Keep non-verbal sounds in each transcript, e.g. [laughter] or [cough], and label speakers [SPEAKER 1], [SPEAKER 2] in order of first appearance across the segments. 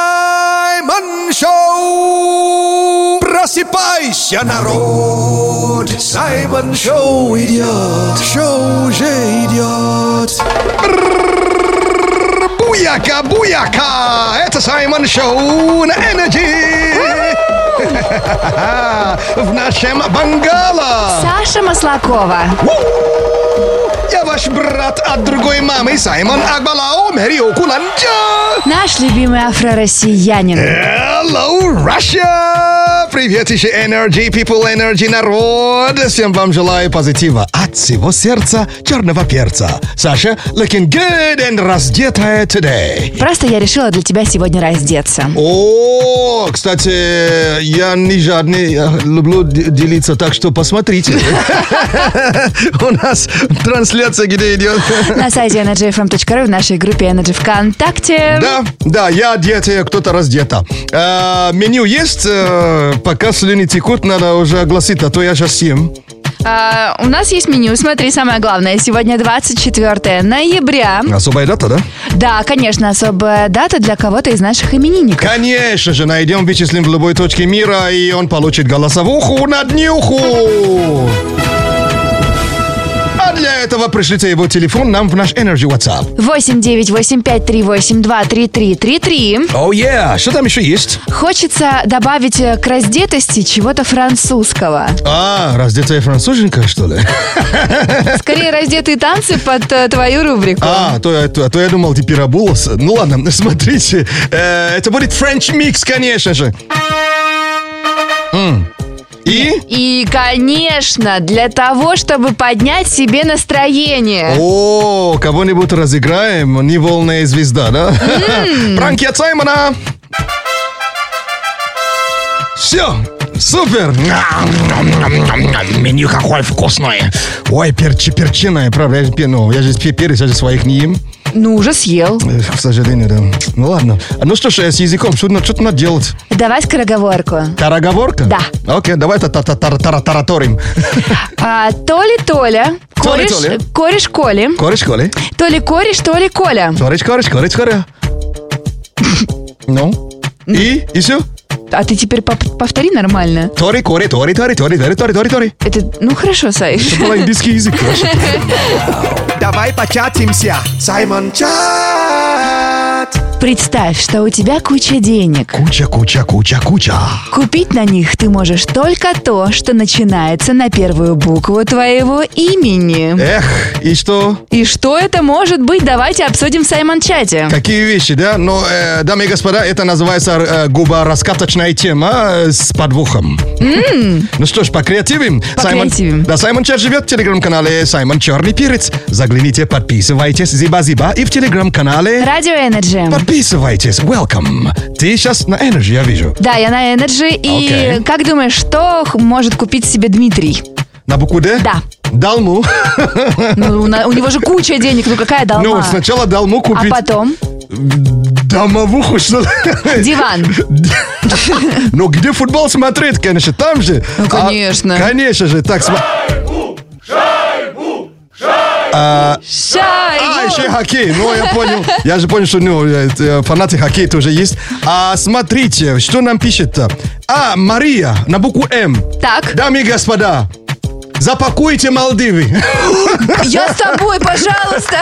[SPEAKER 1] Саймон Шоу! Просыпайся, народ! Саймон Шоу идет! Шоу уже идет! Буяка, буяка! Это Саймон Шоу на Энерджи! В нашем бангало!
[SPEAKER 2] Саша Маслакова.
[SPEAKER 1] Я ваш брат от другой мамы, Саймон Акбалао Мэрио Куланджа!
[SPEAKER 2] Наш любимый афро-россиянин.
[SPEAKER 1] Hello, Russia! Привет еще Energy People, Energy народ! Всем вам желаю позитива от всего сердца черного перца. Саша, looking good and раздетая today.
[SPEAKER 2] Просто я решила для тебя сегодня раздеться.
[SPEAKER 1] О, кстати, я не жадный, я люблю де- делиться, так что посмотрите. У нас трансляция где идет.
[SPEAKER 2] На сайте energyfm.ru в нашей группе Energy ВКонтакте.
[SPEAKER 1] Да, да, я одет, и кто-то раздета. Э, меню есть, э, пока слюни текут, надо уже огласить, а то я сейчас съем.
[SPEAKER 2] А, у нас есть меню, смотри, самое главное. Сегодня 24 ноября.
[SPEAKER 1] Особая дата, да?
[SPEAKER 2] Да, конечно, особая дата для кого-то из наших именинников.
[SPEAKER 1] Конечно же, найдем, вычислим в любой точке мира, и он получит голосовуху на днюху. А для этого пришлите его телефон нам в наш Energy WhatsApp.
[SPEAKER 2] 89853823333.
[SPEAKER 1] Оу, oh, Что там еще есть?
[SPEAKER 2] Хочется добавить э, к раздетости чего-то французского.
[SPEAKER 1] А, раздетая француженка, что ли?
[SPEAKER 2] Скорее, раздетые танцы под э, твою рубрику.
[SPEAKER 1] А, то, я- то- а то я думал, ты пирабулос. Ну ладно, [laughs] смотрите. Э, это будет French Mix, конечно же. М. И?
[SPEAKER 2] И, конечно, для того, чтобы поднять себе
[SPEAKER 3] Э.
[SPEAKER 2] настроение.
[SPEAKER 1] О, кого-нибудь разыграем. Не волная звезда, да? [laughs] Пранки от Саймона. Все, супер.
[SPEAKER 3] Меню какое вкусное.
[SPEAKER 1] Ой, перчи, перчиная, правда. Я же, пе- ну, я же пе- перец, я же своих не ем.
[SPEAKER 2] Ну, уже съел.
[SPEAKER 1] Э, К сожалению, да. Ну ладно. Ну что ж, э, с языком, что надо- что-то надо делать.
[SPEAKER 2] Давай скороговорку.
[SPEAKER 1] Тараговорка?
[SPEAKER 2] Да.
[SPEAKER 1] Окей, давай та- та- та- тара- тара- тараторим.
[SPEAKER 2] А, то ли Толя,
[SPEAKER 1] Толи
[SPEAKER 2] кореш,
[SPEAKER 1] Толя.
[SPEAKER 2] кореш Коли,
[SPEAKER 1] Кореш, коли.
[SPEAKER 2] то ли кореш, то ли Коля.
[SPEAKER 1] Кореш, кореш, кореш, кореш. Ну? И? И все?
[SPEAKER 2] А ты теперь пов- повтори нормально.
[SPEAKER 1] Тори, кори, тори, тори, тори, тори, тори, тори, тори.
[SPEAKER 2] Это, ну хорошо, Сай.
[SPEAKER 1] Это был английский язык. хорошо.
[SPEAKER 3] Давай початимся. Саймон Чат.
[SPEAKER 2] Представь, что у тебя куча денег.
[SPEAKER 1] Куча, куча, куча, куча.
[SPEAKER 2] Купить на них ты можешь только то, что начинается на первую букву твоего имени.
[SPEAKER 1] Эх, и что?
[SPEAKER 2] И что это может быть, давайте обсудим в Саймон-чате.
[SPEAKER 1] Какие вещи, да? Но, э, дамы и господа, это называется э, губораскаточная тема э, с подвохом. Ну что ж, покреативим.
[SPEAKER 2] Покреативим.
[SPEAKER 1] Саймон, да, Саймон Чер живет в телеграм-канале Саймон Черный Перец. Загляните, подписывайтесь, зиба-зиба, и в телеграм-канале...
[SPEAKER 2] Радио Энерджи.
[SPEAKER 1] Подписывайтесь, welcome. Ты сейчас на Energy, я вижу.
[SPEAKER 2] Да, я на Энерджи. И
[SPEAKER 1] Окей.
[SPEAKER 2] как думаешь, что х- может купить себе Дмитрий?
[SPEAKER 1] На букву Д?
[SPEAKER 2] Да.
[SPEAKER 1] Далму.
[SPEAKER 2] Ну, у, на- у него же куча денег, ну какая долма?
[SPEAKER 1] Ну, сначала Далму
[SPEAKER 2] а
[SPEAKER 1] купить. [laughs]
[SPEAKER 2] потом
[SPEAKER 1] Домовуху, что ли? [laughs]
[SPEAKER 2] диван.
[SPEAKER 1] Ну, где футбол смотреть, конечно, там же.
[SPEAKER 2] Ну,
[SPEAKER 1] А,
[SPEAKER 2] конечно.
[SPEAKER 1] Конечно же, так. см- А,
[SPEAKER 2] Шайбу.
[SPEAKER 1] еще и хоккей. Ну, я понял. Я же понял, что ну, э, э, фанаты хоккея тоже есть. А смотрите, что нам пишет-то. А, Мария на букву М.
[SPEAKER 2] Так,
[SPEAKER 1] Дамы и господа, запакуйте Малдивы. [laughs]
[SPEAKER 2] я с тобой, пожалуйста.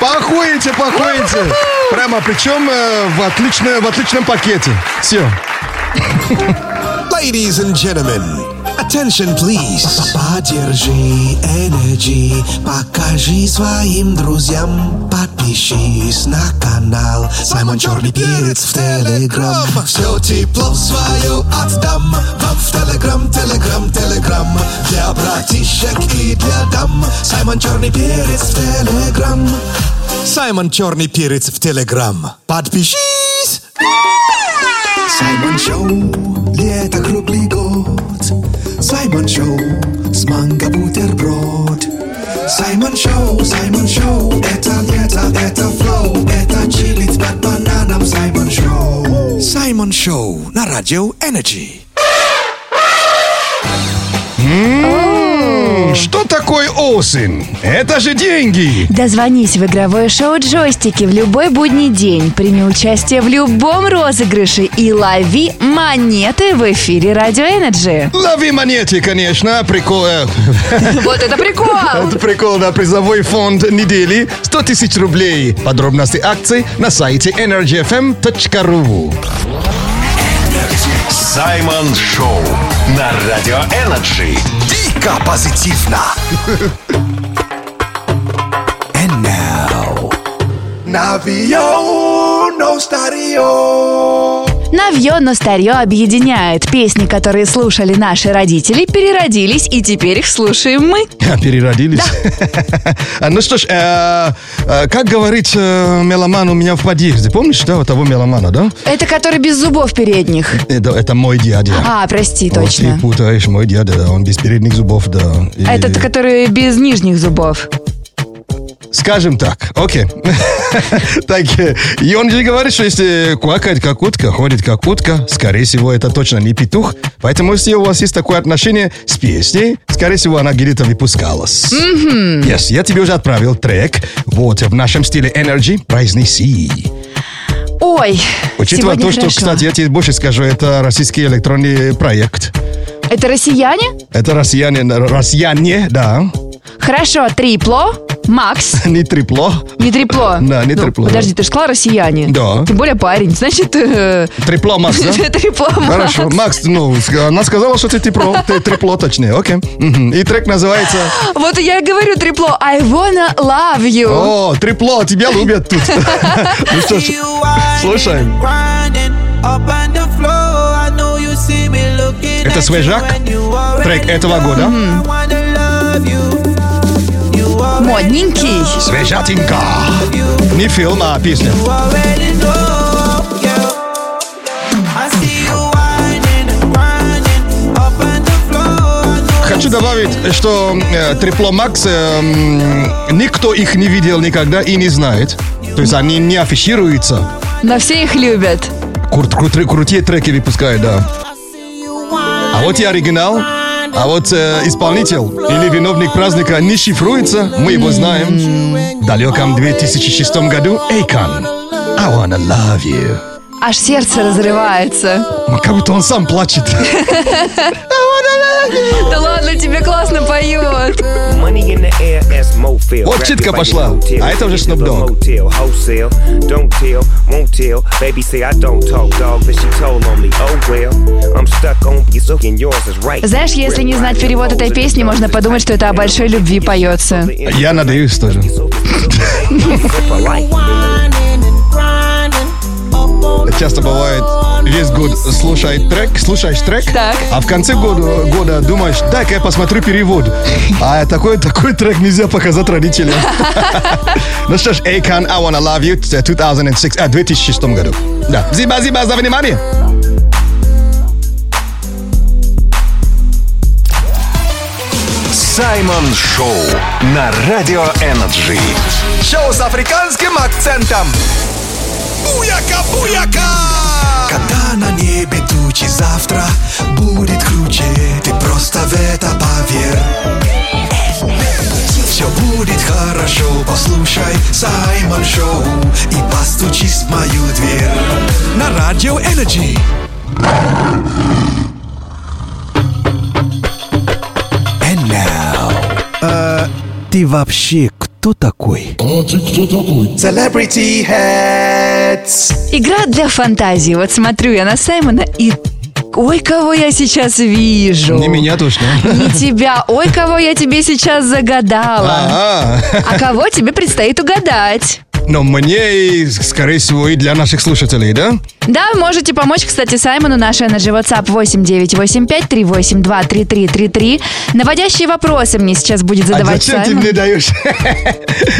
[SPEAKER 1] Пахуете, пахуете. Прямо, причем э, в, отличное- в отличном пакете. Все.
[SPEAKER 3] Ladies and gentlemen, attention please. Поддержи Energy, покажи своим друзьям. Подпишись на канал Саймон Черный Перец в Телеграм. Все тепло свое отдам вам в Телеграм, Телеграм, Телеграм. Для братишек и для дам Саймон Черный Перец в Телеграм. Саймон Черный Перец в Телеграм. Подпишись! Саймон Шоу, лето круглый год. Саймон Шоу, с манго бутерброд. Саймон Шоу, Саймон Шоу, это лето, это флоу, это чилит под бананом Саймон Шоу. Саймон Шоу на радио Energy.
[SPEAKER 1] М, Что такое осень? Это же деньги.
[SPEAKER 2] [laughs] Дозвонись в игровое шоу «Джойстики» в любой будний день. Прими участие в любом розыгрыше и лови монеты в эфире «Радио Энерджи».
[SPEAKER 1] Лови монеты, конечно, прикол. э,
[SPEAKER 2] [laughs] Вот это прикол!
[SPEAKER 1] [laughs] Это прикол, да, призовой фонд недели. 100 тысяч рублей. Подробности акций на сайте [laughs] energyfm.ru
[SPEAKER 4] Саймон Шоу на Радио Энерджи.
[SPEAKER 3] Дико позитивно. And now. Navio no stadio.
[SPEAKER 2] Новье, но старье объединяет. Песни, которые слушали наши родители, переродились, и теперь их слушаем мы.
[SPEAKER 1] Ха, Переродились. [laughs] А, Ну что ж, э, э, как говорит э, меломан у меня в подъезде? Помнишь, да, вот того меломана, да?
[SPEAKER 2] Это который без зубов передних.
[SPEAKER 1] Это, это мой дядя.
[SPEAKER 2] А, прости,
[SPEAKER 1] Вот
[SPEAKER 2] точно. А
[SPEAKER 1] ты путаешь, мой дядя, да, он без передних зубов, да. И-
[SPEAKER 2] Этот, который без нижних зубов.
[SPEAKER 1] Скажем так, окей. [laughs] Так, э, и он же говорит, что если квакает как утка, ходит как утка, скорее всего, это точно не петух. Поэтому, если у вас есть такое отношение с песней, скорее всего, она где-то выпускалась. Yes, я тебе уже отправил трек. Вот, в нашем стиле Energy произнеси.
[SPEAKER 2] Ой,
[SPEAKER 1] Учитывая
[SPEAKER 2] сегодня
[SPEAKER 1] то, что,
[SPEAKER 2] хорошо.
[SPEAKER 1] кстати, я тебе больше скажу, это российский электронный проект.
[SPEAKER 2] Это россияне?
[SPEAKER 1] Это россияне, россияне, да,
[SPEAKER 2] Хорошо, трипло, макс.
[SPEAKER 1] не трипло,
[SPEAKER 2] Не трепло.
[SPEAKER 1] [laughs] Да, не
[SPEAKER 2] Ну,
[SPEAKER 1] трепло.
[SPEAKER 2] Подожди, ты же сказала россияне.
[SPEAKER 1] Да.
[SPEAKER 2] Тем более парень. Значит, э,
[SPEAKER 1] трипло, Макс,
[SPEAKER 2] [laughs]
[SPEAKER 1] да?
[SPEAKER 2] трепло, Макс.
[SPEAKER 1] Хорошо, Макс, ну, ск- она сказала, что ты трипло, ты трипло точнее, окей. Мгм. И трек называется
[SPEAKER 2] Вот я и говорю трепло. I wanna love you.
[SPEAKER 1] «О, трипло, тебя любят тут». Ну что ж, слушаем.
[SPEAKER 5] Это свежак, трек э? этого года.
[SPEAKER 2] Модненький.
[SPEAKER 1] Свежатинка. Не фильм, а песня. Хочу добавить, что э, Трипло Макс, э, м, никто их не видел никогда и не знает. То есть они не афишируются.
[SPEAKER 2] Но все их любят.
[SPEAKER 1] Кру- кру- тры- крутые треки выпускают, да. А вот и оригинал. А вот э, исполнитель или виновник праздника не шифруется, мы его знаем. В далеком 2006 году Эйкан. I wanna love you.
[SPEAKER 2] Аж сердце разрывается.
[SPEAKER 1] Ну, Как будто он сам плачет. [laughs]
[SPEAKER 2] Да ладно, тебе классно поет.
[SPEAKER 1] Вот
[SPEAKER 6] Вот
[SPEAKER 1] читка пошла. А это уже Snoop Dogg.
[SPEAKER 2] Знаешь, если не знать перевод этой песни, можно подумать, что это о большой любви поется.
[SPEAKER 1] Я надеюсь тоже. Часто бывает, весь год слушает трек, слушаешь трек,
[SPEAKER 2] Так.
[SPEAKER 1] а в конце года, года думаешь, дай-ка я посмотрю
[SPEAKER 2] [laughs]
[SPEAKER 1] перевод. А такой, такой трек нельзя показать родителям. Ну что ж, Эйкан, I Wanna Love You, 2006, а, 2006 году. Да. Зиба-зиба за внимание.
[SPEAKER 4] Саймон Шоу на Радио Энерджи.
[SPEAKER 3] Шоу с африканским акцентом. Буяка, буяка! Когда на небе тучи завтра будет круче, ты просто в это поверь. Все будет хорошо, послушай Саймон Шоу и постучись в мою дверь. На Радио Энерджи. And now... э, ты вообще кто такой? Celebrity Heads.
[SPEAKER 2] Игра для фантазии. Вот смотрю я на Саймона и... Ой, кого я сейчас вижу.
[SPEAKER 1] Не меня [laughs] точно.
[SPEAKER 2] Не тебя. Ой, кого я тебе сейчас загадала.
[SPEAKER 1] А.
[SPEAKER 2] А кого тебе предстоит угадать?
[SPEAKER 1] Но мне, и, скорее всего, и для наших слушателей, да?
[SPEAKER 2] Да, можете помочь, кстати, Саймону. Наш Energy WhatsApp 8985-382-3333. Наводящие вопросы мне сейчас будет
[SPEAKER 1] А
[SPEAKER 2] задавать
[SPEAKER 1] зачем ты
[SPEAKER 2] Саймон.
[SPEAKER 1] мне даешь? [laughs]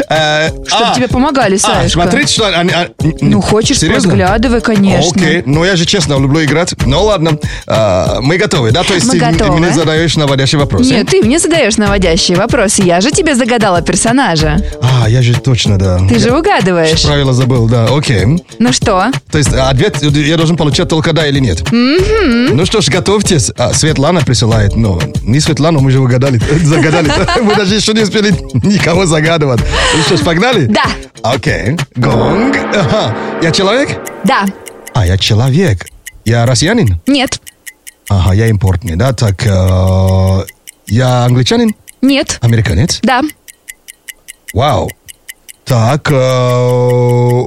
[SPEAKER 1] Э,
[SPEAKER 2] Чтобы
[SPEAKER 1] а,
[SPEAKER 2] тебе помогали,
[SPEAKER 1] А,
[SPEAKER 2] Саешка.
[SPEAKER 1] смотреть, что... они- а, н-
[SPEAKER 2] Ну, хочешь,
[SPEAKER 1] серьезно?
[SPEAKER 2] подглядывай, конечно.
[SPEAKER 1] Окей, но я же честно люблю играть. Ну ладно, А, мы готовы, да? То есть
[SPEAKER 2] Мы
[SPEAKER 1] ты м-
[SPEAKER 2] готовы.
[SPEAKER 1] мне задаешь наводящий вопрос.
[SPEAKER 2] Нет, ты мне задаешь наводящие вопросы. Я же тебе загадала персонажа.
[SPEAKER 1] А, я же точно, да.
[SPEAKER 2] Ты
[SPEAKER 1] Я
[SPEAKER 2] же угадываешь.
[SPEAKER 1] Правила забыл, да, окей.
[SPEAKER 2] Ну что?
[SPEAKER 1] То есть а, две ответ я должен получать только да или нет. Ну что ж, готовьтесь. А, Светлана присылает. Но не Светлану, мы же угадали. [laughs] Загадали.
[SPEAKER 2] [laughs]
[SPEAKER 1] Мы даже еще не успели никого загадывать. Ну что ж, погнали?
[SPEAKER 2] Да.
[SPEAKER 1] Окей. Гонг. Ага. Я человек?
[SPEAKER 2] Да.
[SPEAKER 1] А, я человек. Я россиянин?
[SPEAKER 2] Нет.
[SPEAKER 1] Ага, я импортный, да? Так, э, я англичанин?
[SPEAKER 2] Нет.
[SPEAKER 1] Американец?
[SPEAKER 2] Да.
[SPEAKER 1] Вау. Так, э,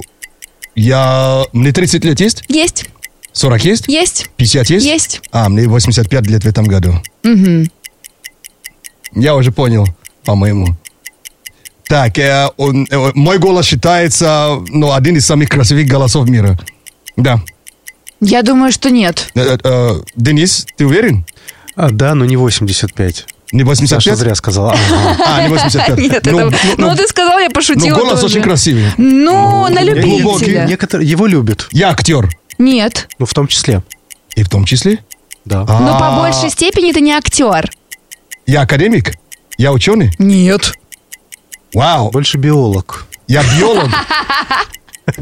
[SPEAKER 1] я... Мне 30 лет есть?
[SPEAKER 2] Есть.
[SPEAKER 1] 40 есть?
[SPEAKER 2] Есть.
[SPEAKER 1] 50 есть?
[SPEAKER 2] Есть.
[SPEAKER 1] А, мне 85 лет в этом году. Я уже понял, по-моему. Так, э, он- э, мой голос считается, ну, один из самых красивых голосов мира. Да.
[SPEAKER 2] Я думаю, что нет.
[SPEAKER 1] Э, э, э, Денис, ты уверен?
[SPEAKER 6] А, да, но не 85.
[SPEAKER 1] Не 85?
[SPEAKER 6] Саша зря сказала.
[SPEAKER 1] [laughs]
[SPEAKER 6] Ага.
[SPEAKER 1] А, не
[SPEAKER 2] [laughs]
[SPEAKER 1] 85.
[SPEAKER 2] Нет,
[SPEAKER 1] Ну,
[SPEAKER 2] это...
[SPEAKER 1] ну,
[SPEAKER 2] Ну,
[SPEAKER 1] ну,
[SPEAKER 2] ты сказал, я
[SPEAKER 1] ну,
[SPEAKER 2] пошутила.
[SPEAKER 1] голос
[SPEAKER 2] тоже.
[SPEAKER 1] очень красивый.
[SPEAKER 2] Ну, на
[SPEAKER 6] Глубокий.
[SPEAKER 2] любителя.
[SPEAKER 6] Некоторые его любят.
[SPEAKER 1] Я актер.
[SPEAKER 2] Нет.
[SPEAKER 6] Ну, в том числе. А,
[SPEAKER 1] И в том числе?
[SPEAKER 6] Да.
[SPEAKER 2] Но
[SPEAKER 1] А.
[SPEAKER 2] по большей степени ты не актер.
[SPEAKER 1] Я академик? Я ученый?
[SPEAKER 2] Нет.
[SPEAKER 1] Вау,
[SPEAKER 6] Больше биолог.
[SPEAKER 1] я биолог.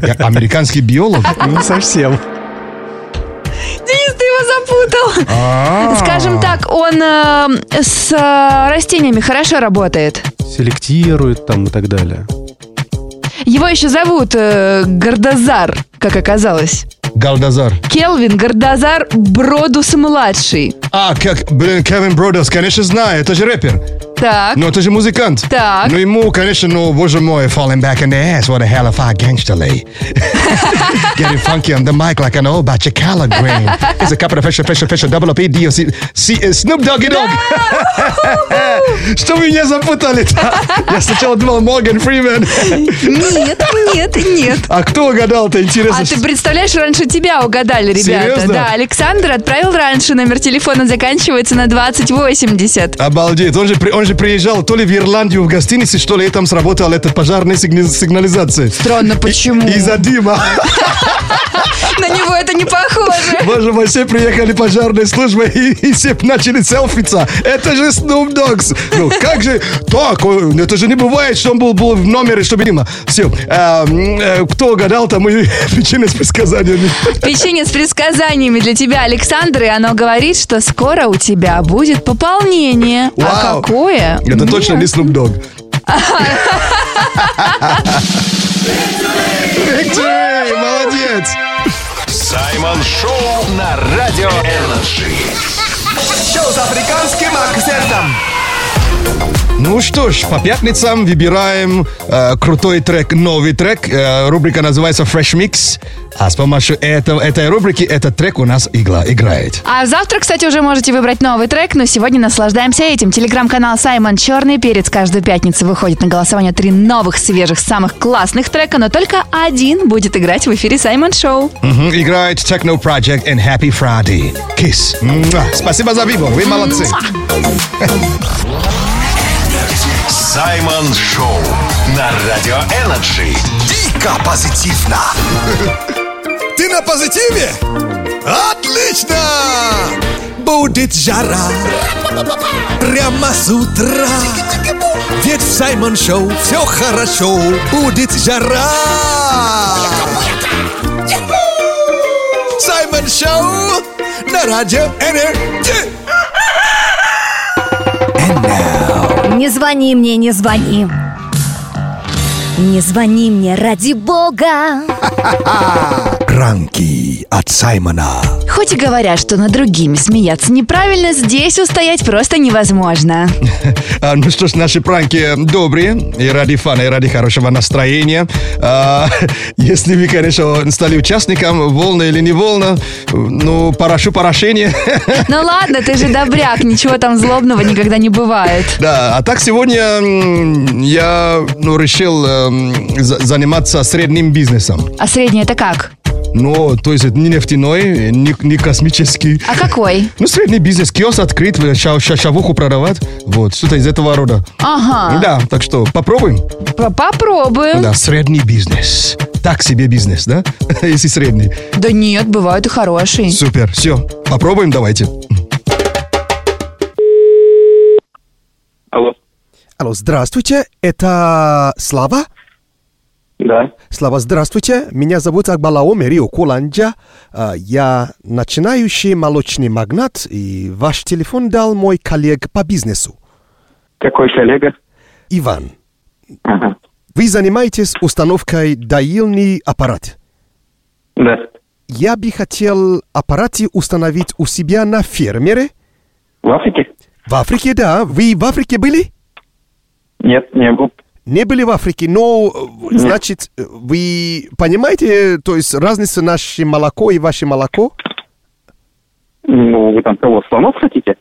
[SPEAKER 1] Я американский биолог.
[SPEAKER 6] Не совсем.
[SPEAKER 2] Денис, ты его запутал.
[SPEAKER 1] А.
[SPEAKER 2] Скажем так, он э, с э, растениями хорошо работает.
[SPEAKER 6] Селектирует там и так далее.
[SPEAKER 2] Его еще зовут э, Гордозар, как оказалось.
[SPEAKER 1] Галдазар.
[SPEAKER 2] Келвин Гордозар Бродус-младший.
[SPEAKER 1] А, как, блин, Кевин Бродерс, конечно, знаю, это же рэпер.
[SPEAKER 2] Так,
[SPEAKER 1] Но это Ну, же музыкант.
[SPEAKER 2] Так.
[SPEAKER 1] Ну ему, конечно, ну, боже мой, falling back in the ass, what a hell of a gangster lay. [laughs] Getting funky on the mic like an old batch of collard green. It's a cup of pressure, pressure, pressure, double up, D.O.C. C, э, Snoop Doggy Dogg. [laughs] Что вы меня запутали-то? [laughs] Я сначала думал Морган Фримен.
[SPEAKER 2] нет, нет, нет.
[SPEAKER 1] А кто угадал-то, интересно?
[SPEAKER 2] А ты представляешь, раньше тебя угадали, ребята.
[SPEAKER 1] Серьезно?
[SPEAKER 2] Да, Александр отправил раньше. Номер телефона заканчивается на 2080.
[SPEAKER 1] Обалдеть, он же, при- он же приезжал то ли в Ирландию в гостинице, что ли, и там сработал этот пожарный сигни- сигнализация.
[SPEAKER 2] Странно, почему?
[SPEAKER 1] Из-за дыма.
[SPEAKER 2] На него это не похоже.
[SPEAKER 1] Боже мой, все приехали пожарные службы и, и все начали селфиться. Это же Snoop Dogs. Ну, как же так? О, Это же не бывает, что он был, был в номере, чтобы мимо. Все. Эм, э, кто угадал, тому и [laughs] причины с предсказаниями.
[SPEAKER 2] Печенье с предсказаниями для тебя, Александр, и оно говорит, что скоро у тебя будет пополнение. А
[SPEAKER 1] Вау.
[SPEAKER 2] какое?
[SPEAKER 1] Это точно не Snoop Dogg. Victory! Молодец!
[SPEAKER 4] Саймон Шоу на Радио Энерджи.
[SPEAKER 3] Шоу с африканским акцентом.
[SPEAKER 1] Ну что ж, по пятницам выбираем э, крутой трек, новый трек. Э, рубрика называется Fresh Mix. А с помощью этого, этой рубрики этот трек у нас игла играет.
[SPEAKER 2] А завтра, кстати, уже можете выбрать новый трек, но сегодня наслаждаемся этим. Телеграм-канал Саймон Черный Перец каждую пятницу выходит на голосование три новых, свежих, самых классных трека, но только один будет играть в эфире Саймон Шоу.
[SPEAKER 1] Мгм, играет Techno Project and Happy Friday. Kiss. Муа. Спасибо за выбор, вы молодцы.
[SPEAKER 4] Саймон Шоу на Радио Энерджи.
[SPEAKER 3] Дико позитивно. Ты на позитиве? Отлично! Будет жара Прямо с утра Ведь в Саймон Шоу все хорошо Будет жара Саймон Шоу на радио Энерджи
[SPEAKER 7] Не звони мне, не звони. Не звони мне, ради бога.
[SPEAKER 3] Пранки от Саймона
[SPEAKER 2] Хоть и говорят, что над другими смеяться неправильно, здесь устоять просто невозможно.
[SPEAKER 1] А, ну что ж, наши пранки добрые и ради фана, и ради хорошего настроения. А, [laughs] если вы, конечно, стали участником, волна или не волна, ну, порошу порошение. [laughs]
[SPEAKER 2] Ну ладно, ты же добряк, ничего там злобного никогда не бывает.
[SPEAKER 1] Да, а так сегодня м, я ну, решил эм, за- заниматься средним бизнесом.
[SPEAKER 2] А средний это как?
[SPEAKER 1] Ну, то есть это не нефтяной, не, не космический.
[SPEAKER 2] А какой?
[SPEAKER 1] Ну, средний бизнес, киоск открыт, ща- ща- шавуху продавать. Вот, что-то из этого рода.
[SPEAKER 2] Ага.
[SPEAKER 1] Да, так что попробуем.
[SPEAKER 2] П- Попробуем.
[SPEAKER 1] Да, средний бизнес. Так себе бизнес, да? [laughs] Если средний.
[SPEAKER 2] Да нет, бывают и хорошие.
[SPEAKER 1] Супер, все, попробуем, давайте.
[SPEAKER 8] Алло,
[SPEAKER 3] Алло, здравствуйте, это Слава?
[SPEAKER 8] Да.
[SPEAKER 9] Слава, здравствуйте. Меня зовут Акбалаоми Рио Куланджа. А, Я начинающий молочный магнат, и ваш телефон дал мой коллег по бизнесу,
[SPEAKER 8] Какой коллега?
[SPEAKER 9] Иван.
[SPEAKER 8] Ага.
[SPEAKER 9] Вы занимаетесь установкой доильный аппарат.
[SPEAKER 8] Да.
[SPEAKER 9] Я бы хотел аппараты установить у себя на фермере.
[SPEAKER 8] В Африке?
[SPEAKER 9] В Африке, да. Вы в Африке были?
[SPEAKER 8] Нет, не был.
[SPEAKER 9] Не были в Африке, но, э, значит, э, вы понимаете, то есть разница наше молоко и ваше молоко?
[SPEAKER 8] Ну, вы там кого, слонов хотите?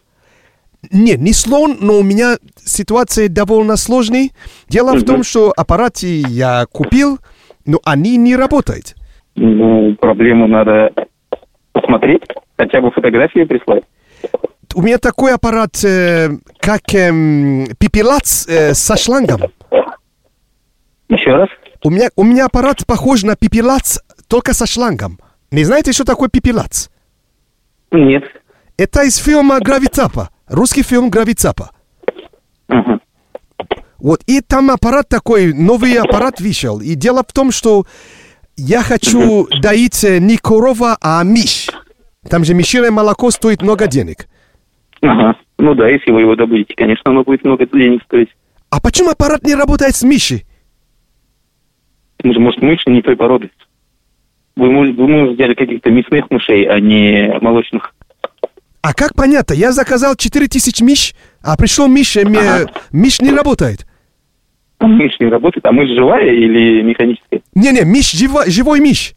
[SPEAKER 9] Не, не слон, но у меня ситуация довольно сложная. Дело в том, что аппараты я купил, но они не работают.
[SPEAKER 8] Ну, проблему надо посмотреть, хотя бы фотографии прислать.
[SPEAKER 9] У меня такой аппарат, э, как эм, пепелац э, со шлангом.
[SPEAKER 8] Еще раз?
[SPEAKER 9] У меня, у меня аппарат похож на пепелац, только со шлангом. Не знаете, что такое пепелац?
[SPEAKER 8] Нет.
[SPEAKER 9] Это из фильма «Гравицапа». Русский фильм «Гравицапа».
[SPEAKER 8] Ага.
[SPEAKER 9] Вот, и там аппарат такой, новый аппарат вышел. И дело в том, что я хочу доить э, не корова, а миш. Там же мишиное молоко стоит много денег.
[SPEAKER 8] Ага. Ну да, если вы его добудете, конечно, оно будет много денег стоить.
[SPEAKER 9] А почему аппарат не работает с мишей?
[SPEAKER 8] Ну, Может, мыши не той породы. Вы, му- вы му- взяли каких-то мясных мышей, а не молочных.
[SPEAKER 9] А как понятно, я заказал 4000 миш, а пришел миш, и мне... миш не работает.
[SPEAKER 8] А мышь не работает, а мышь живая или механическая?
[SPEAKER 9] Не-не, миш, живо- живой миш.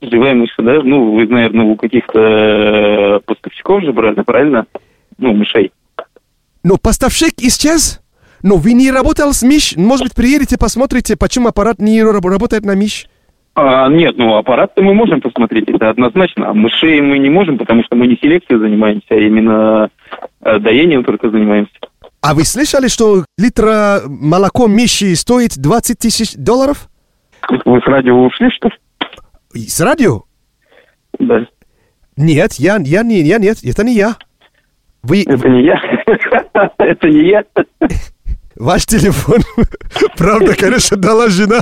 [SPEAKER 8] Живая мышь, да? Ну, вы, наверное, у каких-то э, поставщиков же брали, правильно? Ну, мышей.
[SPEAKER 9] Но поставщик исчез. Но вы не работал с миш. Может быть, приедете, посмотрите, почему аппарат не раб- работает на миш.
[SPEAKER 8] А, нет, ну аппарат-то мы можем посмотреть, это однозначно. А мышей мы не можем, потому что мы не селекцией занимаемся, а именно э, доением только занимаемся.
[SPEAKER 9] А вы слышали, что литра молоко Миши стоит 20 тысяч долларов?
[SPEAKER 8] Вы с радио ушли, что ли?
[SPEAKER 9] И С радио?
[SPEAKER 8] Да.
[SPEAKER 9] Нет, я, я, не, я нет, это не я. Вы,
[SPEAKER 8] Это не я. [laughs] Это не я.
[SPEAKER 9] ваш телефон, правда, конечно, дала жена.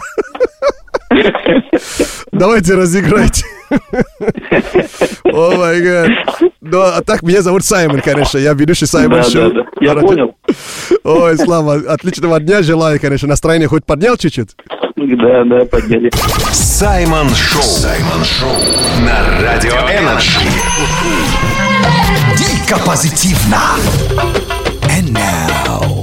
[SPEAKER 9] Давайте разыграйте. О май гад. Ну, а так, меня зовут Саймон, конечно, я ведущий Саймон
[SPEAKER 8] Да, да,
[SPEAKER 9] Шоу.
[SPEAKER 8] да. Я понял.
[SPEAKER 9] Ой, Слава, отличного дня желаю, конечно, настроение хоть поднял чуть-чуть.
[SPEAKER 8] Да, да, подняли.
[SPEAKER 4] Саймон Шоу. Саймон Шоу на Радио Энерджи.
[SPEAKER 3] Дико позитивно. And now...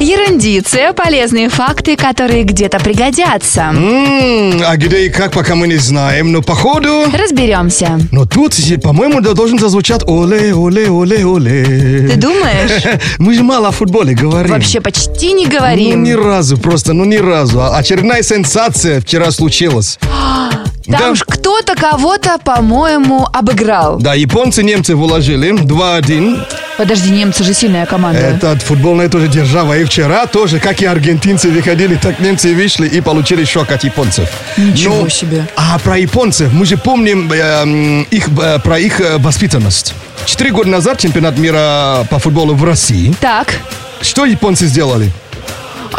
[SPEAKER 3] Ерундиция.
[SPEAKER 2] Ерундиция – полезные факты, которые где-то пригодятся.
[SPEAKER 1] Ну. М, А где и как, пока мы не знаем, но походу...
[SPEAKER 2] Разберемся.
[SPEAKER 1] Но тут, э, по-моему, да- должен зазвучать оле, оле, оле,
[SPEAKER 2] Ты
[SPEAKER 1] оле.
[SPEAKER 2] думаешь?
[SPEAKER 1] [laughs] Мы же мало о футболе говорим.
[SPEAKER 2] Вообще почти не
[SPEAKER 1] Ну,
[SPEAKER 2] говорим.
[SPEAKER 1] ни разу, просто, ну, ни разу. А Очередная сенсация вчера случилась. да.
[SPEAKER 2] Там уж кто-то кого-то, по-моему, обыграл.
[SPEAKER 1] Да, японцы немцы вложили 2-1.
[SPEAKER 2] Подожди, немцы же сильная команда.
[SPEAKER 1] Это футбольная тоже держава. И вчера тоже, как и аргентинцы выходили, так немцы вышли и получили шок от японцев.
[SPEAKER 2] Ничего
[SPEAKER 1] Ну,
[SPEAKER 2] себе.
[SPEAKER 1] А про японцев мы же помним э, м, их, э, про их э, воспитанность. Четыре года назад чемпионат мира по футболу в России.
[SPEAKER 2] Так,
[SPEAKER 1] Что японцы сделали?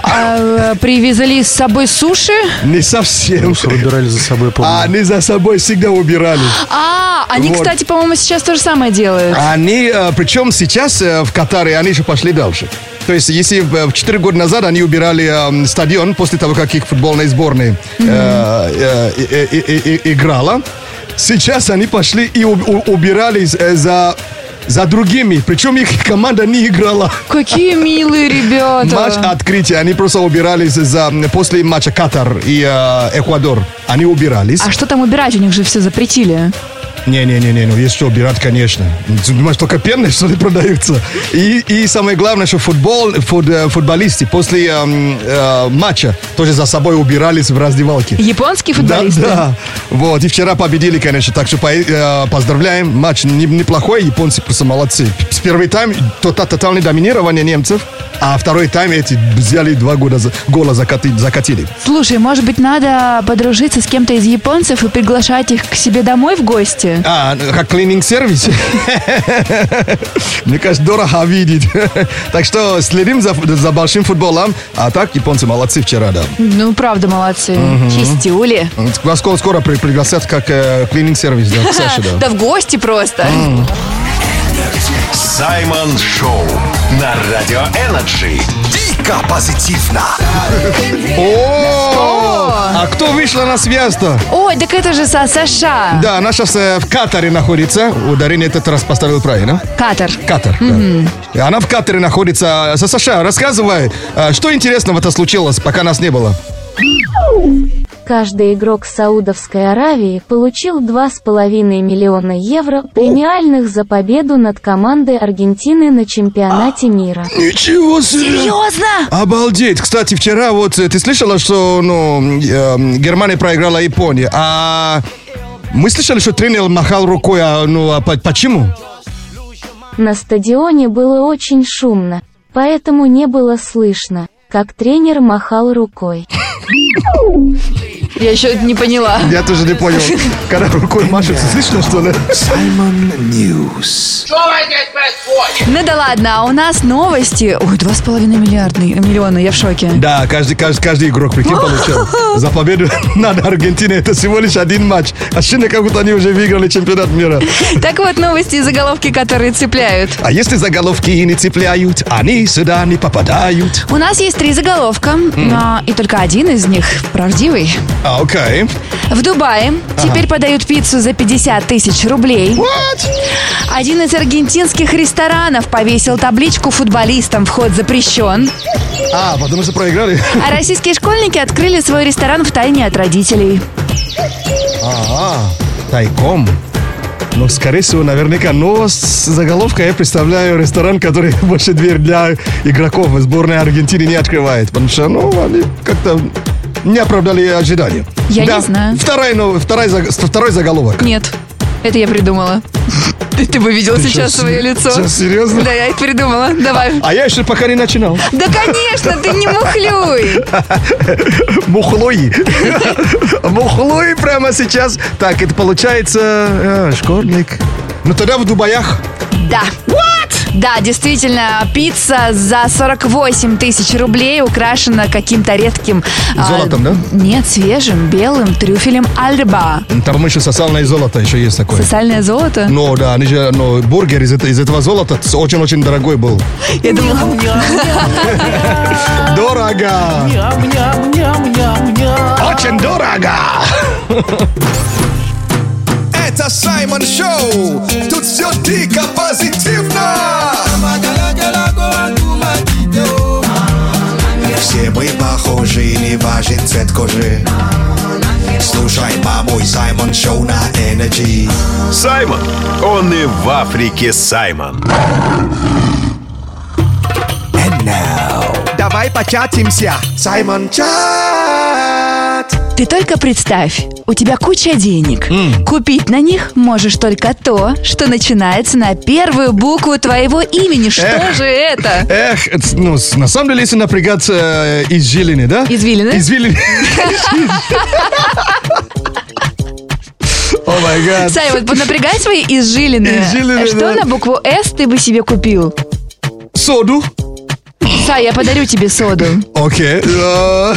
[SPEAKER 2] а, э, привезли с собой суши.
[SPEAKER 1] Не совсем.
[SPEAKER 6] Потому выбирали за собой,
[SPEAKER 1] Ну, А
[SPEAKER 6] помню.
[SPEAKER 1] они за собой всегда убирали.
[SPEAKER 2] А, они,
[SPEAKER 1] Вот.
[SPEAKER 2] кстати, по-моему, сейчас то же самое делают.
[SPEAKER 1] Они, э, причем сейчас э, в Катаре они еще пошли дальше. То есть, если э, в- в 4 года назад они убирали эм, стадион после того, как их футбольные сборные э, э, э, э, э, э, играла, сейчас они пошли и уб- у- убирали э, за, за другими. Причем их команда не играла.
[SPEAKER 2] Какие милые ребята.
[SPEAKER 1] Матч открытия. Они просто убирались за, после матча Катар и э, Эквадор. Они убирались.
[SPEAKER 2] А что там убирать? У них же все запретили.
[SPEAKER 1] Не-не-не, ну есть что убирать, конечно. Ты думаешь, только пены, что ли, продаются? И, и самое главное, что футбол, фут- э, футболисты после эм, э, матча тоже за собой убирались в раздевалке.
[SPEAKER 2] Японские
[SPEAKER 1] Да,
[SPEAKER 2] футболисты.
[SPEAKER 1] да. Вот, и вчера победили, конечно, так что по- э, поздравляем. Матч не- неплохой, японцы просто молодцы. С первый тайм тота- тотальное доминирование немцев, а второй тайм эти взяли два года за- гола закати- закатили.
[SPEAKER 2] Слушай, может быть, надо подружиться с кем-то из японцев и приглашать их к себе домой в гости? смысле?
[SPEAKER 1] А, ну, как клининг-сервис? Мне кажется, дорого видеть. Так что следим за, за большим футболом. А так, японцы молодцы вчера, да.
[SPEAKER 2] Ну, правда, молодцы. Чистюли.
[SPEAKER 1] Вас скоро, скоро при- пригласят как э, клининг-сервис, да, к Саше, [laughs] да.
[SPEAKER 2] Да в гости просто.
[SPEAKER 4] Саймон Шоу на Радио Энерджи.
[SPEAKER 3] Дико позитивно.
[SPEAKER 1] О, а кто вышла на связь-то?
[SPEAKER 2] Ой, так это же со США.
[SPEAKER 1] Да, она сейчас в Катаре находится. Ударение этот раз поставил правильно.
[SPEAKER 2] Катар.
[SPEAKER 1] Катар. да. И Она в Катаре находится. Со США, рассказывай, э, что интересного-то случилось, пока нас не было?
[SPEAKER 10] Каждый игрок Саудовской Аравии получил 2,5 миллиона евро премиальных за победу над командой Аргентины на чемпионате мира.
[SPEAKER 1] Ничего себе!
[SPEAKER 2] Серьезно?
[SPEAKER 1] Обалдеть! Кстати, вчера вот э, ты слышала, что ну, эм, Германия проиграла Японии, а мы слышали, что тренер махал рукой, а, ну а по- почему?
[SPEAKER 10] На стадионе было очень шумно, поэтому не было слышно, как тренер махал рукой.
[SPEAKER 2] Я еще не поняла.
[SPEAKER 1] Я тоже не понял. Когда рукой машет, слышно, что ли?
[SPEAKER 2] Ну да ладно, а у нас новости. Ой, два с половиной миллиардный- миллиона, я в шоке.
[SPEAKER 1] Да, каждый, каждый, каждый игрок, прикинь, получил. За победу [laughs] над Аргентиной это всего лишь один матч. Ощущение, как будто они уже выиграли чемпионат мира.
[SPEAKER 2] Так вот, новости и заголовки, которые цепляют.
[SPEAKER 1] А если заголовки и не цепляют, они сюда не попадают.
[SPEAKER 2] У нас есть три заголовка, а, и только один из них правдивый.
[SPEAKER 1] А, Окей.
[SPEAKER 2] В Дубае теперь подают пиццу за 50 тысяч рублей. Один из аргентинских ресторанов повесил табличку футболистам «Вход запрещен».
[SPEAKER 1] А, потому что проиграли.
[SPEAKER 2] А российские школьники открыли свой ресторан в тайне от родителей.
[SPEAKER 1] Ага, А, тайком. Ну, скорее всего, наверняка. Но с заголовка я представляю ресторан, который [laughs] больше дверь для игроков сборной Аргентины не открывает. Потому что, ну, они как-то не оправдали ожидания.
[SPEAKER 2] Я не знаю.
[SPEAKER 1] Второй, ну, второй, заг- второй заголовок.
[SPEAKER 2] Нет, это я придумала. [laughs] Ты, ты бы видел сейчас
[SPEAKER 1] чё,
[SPEAKER 2] свое
[SPEAKER 1] се-
[SPEAKER 2] лицо.
[SPEAKER 1] чё, серьезно?
[SPEAKER 2] Да, я их придумала. Давай.
[SPEAKER 1] А я еще пока не
[SPEAKER 2] [laughs]
[SPEAKER 1] начинал.
[SPEAKER 2] Да, конечно, ты не мухлюй.
[SPEAKER 1] Мухлуи. [laughs] Мухлуи прямо сейчас. Так, это получается э, школьник. Ну, тогда в Дубаях.
[SPEAKER 2] Да. Да, действительно, пицца за 48 тысяч рублей украшена каким-то редким... а,
[SPEAKER 1] Золотом, да?
[SPEAKER 2] Нет, свежим, белым трюфелем альба.
[SPEAKER 1] Там еще сосальное золото еще есть такое.
[SPEAKER 2] Социальное золото.
[SPEAKER 1] Ну да, они же, ну, бургер из, это- из этого золота ц- очень-очень дорогой был.
[SPEAKER 2] Я думала,
[SPEAKER 1] Дорого! Очень дорого!
[SPEAKER 3] Это Саймон Шоу. Тут все дико позитивно. Все мы похожи, не важен цвет кожи. Слушай, мамой Саймон Шоу на Energy.
[SPEAKER 4] Саймон. Он и в Африке Саймон.
[SPEAKER 9] Давай початимся.
[SPEAKER 3] Саймон Чат.
[SPEAKER 2] ты только представь, у тебя куча денег. Купить на них можешь только то, что начинается на первую букву твоего имени. Что же это?
[SPEAKER 1] Эх, это, ну, с- на самом деле, если напрягаться э, извилины, да?
[SPEAKER 2] Извилины?
[SPEAKER 1] Извилины. О май гад.
[SPEAKER 2] Саймон, поднапрягай свои изжилины.
[SPEAKER 1] Изжилины,
[SPEAKER 2] Что
[SPEAKER 1] да.
[SPEAKER 2] на букву «С» ты бы себе купил?
[SPEAKER 1] Соду.
[SPEAKER 2] Сай, я подарю тебе соду.
[SPEAKER 1] Окей. Э,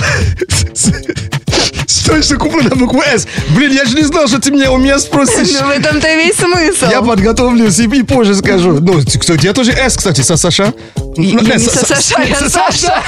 [SPEAKER 1] Что еще куплю на букву С? Блин, я же не знал, что ты меня у меня спросишь.
[SPEAKER 2] Ну, в этом-то и весь смысл.
[SPEAKER 1] Я подготовлюсь и, и позже скажу. Ну, т- кстати, я тоже С, кстати, со Саша. Ну,
[SPEAKER 2] я
[SPEAKER 1] э,
[SPEAKER 2] не
[SPEAKER 1] со-
[SPEAKER 2] со
[SPEAKER 1] со-
[SPEAKER 2] Саша, я
[SPEAKER 1] со-
[SPEAKER 2] Саша.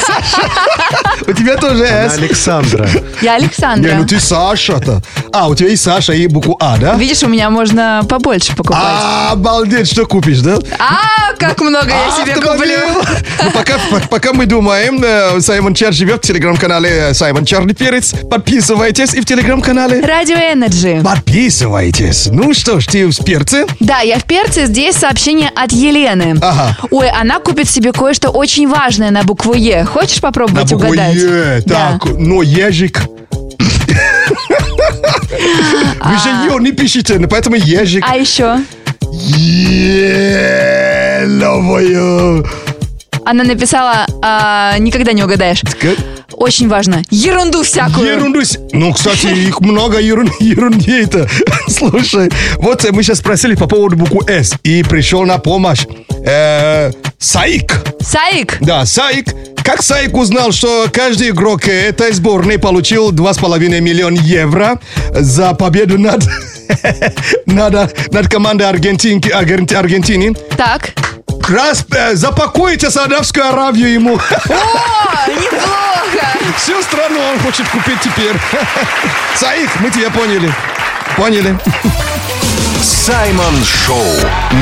[SPEAKER 1] У тебя тоже С.
[SPEAKER 6] Александра.
[SPEAKER 2] Я
[SPEAKER 1] Не,
[SPEAKER 2] Александра.
[SPEAKER 1] ну ты Саша-то. А, у тебя и Саша, и букву А, да?
[SPEAKER 2] Видишь, у меня можно побольше покупать.
[SPEAKER 1] А, обалдеть, что купишь, да?
[SPEAKER 2] А, как много я себе
[SPEAKER 1] Автомобиль.
[SPEAKER 2] куплю.
[SPEAKER 1] Ну, пока, по- пока мы думаем, э, Саймон Чар живет в телеграм-канале э, Саймон Чарли Перец. Подписывайтесь и в телеграм-канале.
[SPEAKER 2] Радио Энерджи.
[SPEAKER 1] Подписывайтесь. Ну что ж, ты в перце?
[SPEAKER 2] Да, я в перце. Здесь сообщение от Елены.
[SPEAKER 1] Ага.
[SPEAKER 2] Ой, она купит себе кое-что очень важное на букву Е. Хочешь
[SPEAKER 1] На
[SPEAKER 2] попробовать
[SPEAKER 1] букву
[SPEAKER 2] угадать?
[SPEAKER 1] Е.
[SPEAKER 2] Да.
[SPEAKER 1] э, Так, но ежик. Вы же ее не пишите, ну, поэтому ежик.
[SPEAKER 2] А еще?
[SPEAKER 1] Еловую.
[SPEAKER 2] Она написала, а, никогда не угадаешь. очень важно. Ерунду всякую.
[SPEAKER 1] Ерунду. с- Ну, кстати, их много ерун- ерунди это. [laughs] Слушай, вот э, мы сейчас спросили по поводу буквы «С», и пришел на помощь э, Саик.
[SPEAKER 2] Саик?
[SPEAKER 1] Да, Саик. Как Саик узнал, что каждый игрок этой сборной получил 2,5 миллиона евро за победу над, [laughs] над, над командой Аргентинки, Арген- Аргентины?
[SPEAKER 2] Так.
[SPEAKER 1] Раз, э, запакуйте Саудовскую Аравию ему. [laughs]
[SPEAKER 2] О, неплохо.
[SPEAKER 1] Всю страну он хочет купить теперь. [laughs] Саик, мы тебя поняли. Поняли.
[SPEAKER 4] Саймон Шоу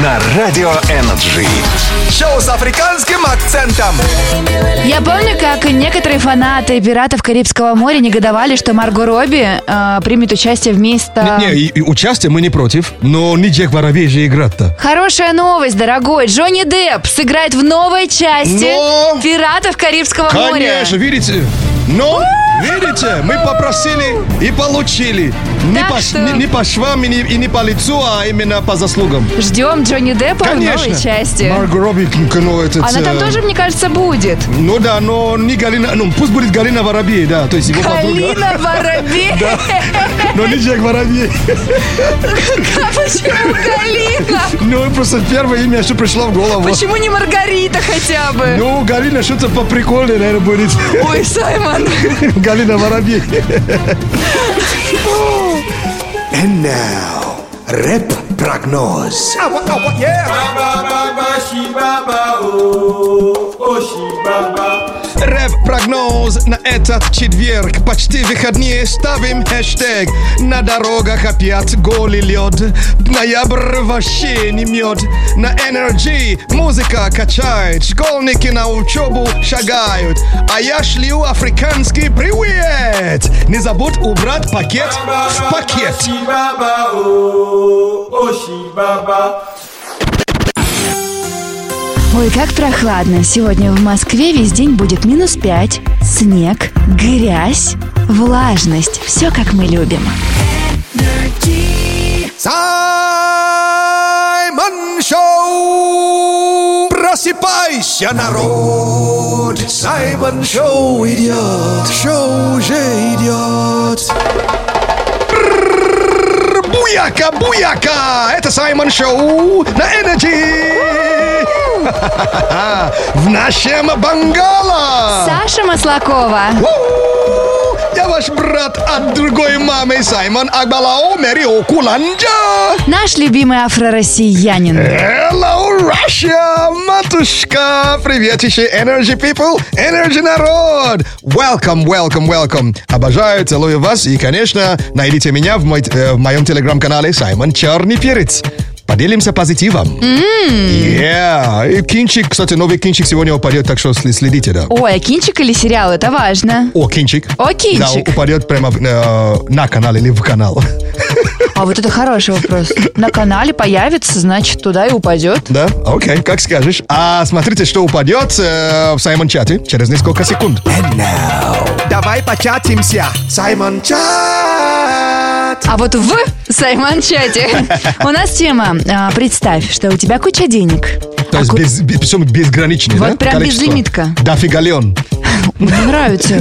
[SPEAKER 4] на Радио Энерджи.
[SPEAKER 5] Шоу с африканским акцентом.
[SPEAKER 2] Я помню, как некоторые фанаты «Пиратов Карибского моря» негодовали, что Марго Робби э, примет участие вместо...
[SPEAKER 1] Не, и- и участие мы не против, но не Джек Воробей же играть-то.
[SPEAKER 2] Хорошая новость, дорогой. Джонни Депп сыграет в новой части
[SPEAKER 1] Но-
[SPEAKER 2] «Пиратов Карибского моря».
[SPEAKER 1] Конечно, видите? Но, видите, мы попросили и получили. Не
[SPEAKER 2] Так
[SPEAKER 1] по,
[SPEAKER 2] что-
[SPEAKER 1] не- не по швам и не, и не по лицу, а именно по заслугам.
[SPEAKER 2] Ждем Джонни Деппа в
[SPEAKER 1] Конечно.
[SPEAKER 2] новой части.
[SPEAKER 1] Марго Робби, ну, этот,
[SPEAKER 2] Она там
[SPEAKER 1] э,
[SPEAKER 2] тоже, мне кажется, будет.
[SPEAKER 1] Ну да, но не Галина, ну пусть будет Галина Воробей, да, то есть его подруга. [laughs]
[SPEAKER 2] Галина Воробей.
[SPEAKER 1] Но не Джек Воробей.
[SPEAKER 2] А Почему Галина?
[SPEAKER 1] Ну, просто первое имя, что пришло в голову.
[SPEAKER 2] Почему не Маргарита хотя бы?
[SPEAKER 1] Ну, Галина что-то поприкольнее, наверное, будет. [laughs]
[SPEAKER 2] Ой, Саймон.
[SPEAKER 1] Галина Воробей.
[SPEAKER 3] And now, рэп прогноз.
[SPEAKER 1] Рэп-прогноз на этот четверг. Почти выходные ставим хэштег. На дорогах опять голый лед. Ноябрь вообще не мед. На Energy музыка качает. Школьники на учебу шагают. А я шлю африканский привет. Не забудь убрать пакет в пакет.
[SPEAKER 2] Ой, как прохладно. Сегодня в Москве весь день будет минус 5, снег, грязь, влажность. Все, как мы любим.
[SPEAKER 3] Саймон Шоу! Просыпайся, народ! Саймон Шоу идет! Шоу уже идет!
[SPEAKER 1] Буяка, буяка! Это Саймон Шоу на Energy! [laughs] В нашем Бангала!
[SPEAKER 2] Саша Маслакова.
[SPEAKER 1] Уу! Я ваш брат от другой мамы Саймон Агбалао Мерио Куланджа!
[SPEAKER 2] Наш любимый афро-россиянин.
[SPEAKER 1] Hello, Russia! Матушка! Привет еще, Energy People! Energy народ! Welcome, welcome, welcome! Обожаю, целую вас и, конечно, найдите меня в, мой- э, в моем телеграм-канале Саймон Черный Перец. Поделимся позитивом. Yeah. И кинчик, кстати, новый кинчик сегодня упадет, так что сли- следите, да.
[SPEAKER 2] Ой, а кинчик или сериал, это важно.
[SPEAKER 1] О, кинчик.
[SPEAKER 2] О, кинчик.
[SPEAKER 1] Да, упадет прямо в- э, на канал или в [laughs] канал.
[SPEAKER 2] А вот это хороший вопрос. На канале появится, значит, туда и упадет.
[SPEAKER 1] Да? Окей, как скажешь. А смотрите, что упадет э, в Саймон чате через несколько секунд.
[SPEAKER 5] Давай початимся.
[SPEAKER 3] Саймон Чат!
[SPEAKER 2] А вот в Саймон-чате у нас тема а, «Представь, что у тебя куча денег».
[SPEAKER 1] То есть без, без- всё безграничный,
[SPEAKER 2] Вот
[SPEAKER 1] да?
[SPEAKER 2] прям безлимитка.
[SPEAKER 1] Да, фигалион.
[SPEAKER 2] Мне нравится.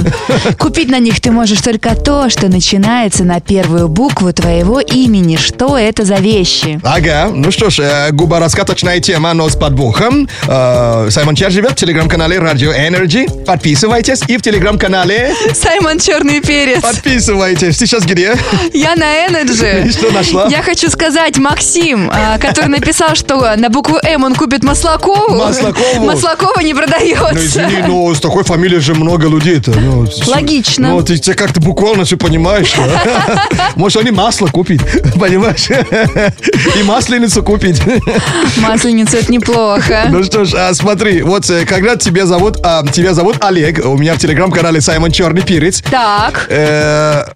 [SPEAKER 2] Купить на них ты можешь только то, что начинается на первую букву твоего имени. Что это за вещи?
[SPEAKER 1] Ага, ну что ж, э, губораскаточная тема, но с подвохом. Э, Саймон Чар живет в телеграм-канале Radio Energy. Подписывайтесь и в телеграм-канале
[SPEAKER 2] Саймон Черный Перец.
[SPEAKER 1] подписывайтесь. Ты сейчас где?
[SPEAKER 2] Я на Energy.
[SPEAKER 1] И что нашла?
[SPEAKER 2] Я хочу сказать, Максим, а, который написал, что на букву М он купит Маслакову.
[SPEAKER 1] Маслакову?
[SPEAKER 2] Маслакова не
[SPEAKER 1] Ну,
[SPEAKER 2] продается.
[SPEAKER 1] извини, но с такой фамилией же много людей-то. Ну, с-
[SPEAKER 2] Логично.
[SPEAKER 1] Ну, ты, ты как-то буквально все понимаешь.
[SPEAKER 2] [laughs]
[SPEAKER 1] да? Может, они масло купить, [laughs] понимаешь? И масленицу купить.
[SPEAKER 2] Масленица, это неплохо.
[SPEAKER 1] Ну что ж, а, смотри, вот э, когда тебя зовут, а, тебя зовут Олег, у меня в телеграм-канале Саймон Черный Перец,
[SPEAKER 2] Так,
[SPEAKER 1] Э,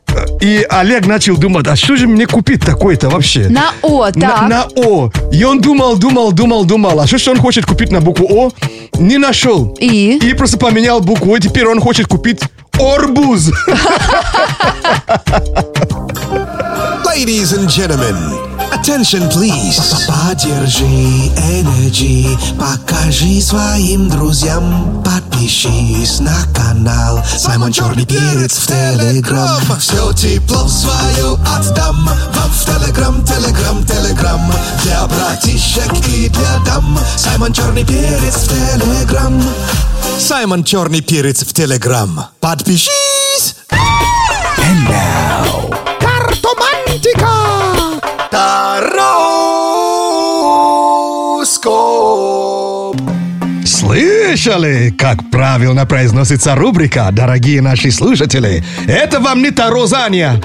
[SPEAKER 1] и Олег начал думать, а что же мне купить такое-то вообще?
[SPEAKER 2] на О,
[SPEAKER 1] На,
[SPEAKER 2] так.
[SPEAKER 1] на О. И он думал, думал, думал, думал. А что, что он хочет купить на букву О? Не нашел.
[SPEAKER 2] И?
[SPEAKER 1] И просто поменял букву. И теперь он хочет купить Орбуз.
[SPEAKER 3] Ladies and gentlemen, attention please. Поддержи Energy, покажи своим друзьям, подпишись. Подпишись на канал Саймон Черный Перец в Телеграм Все тепло свое отдам Вам в Телеграм, Телеграм, Телеграм Для братишек и для дам Саймон Черный Перец в Телеграм Саймон Черный Перец в Телеграм Подпишись! Картомантика! Тароскоп!
[SPEAKER 1] Слышали, как правильно произносится рубрика, дорогие наши слушатели? Это вам не тарозание,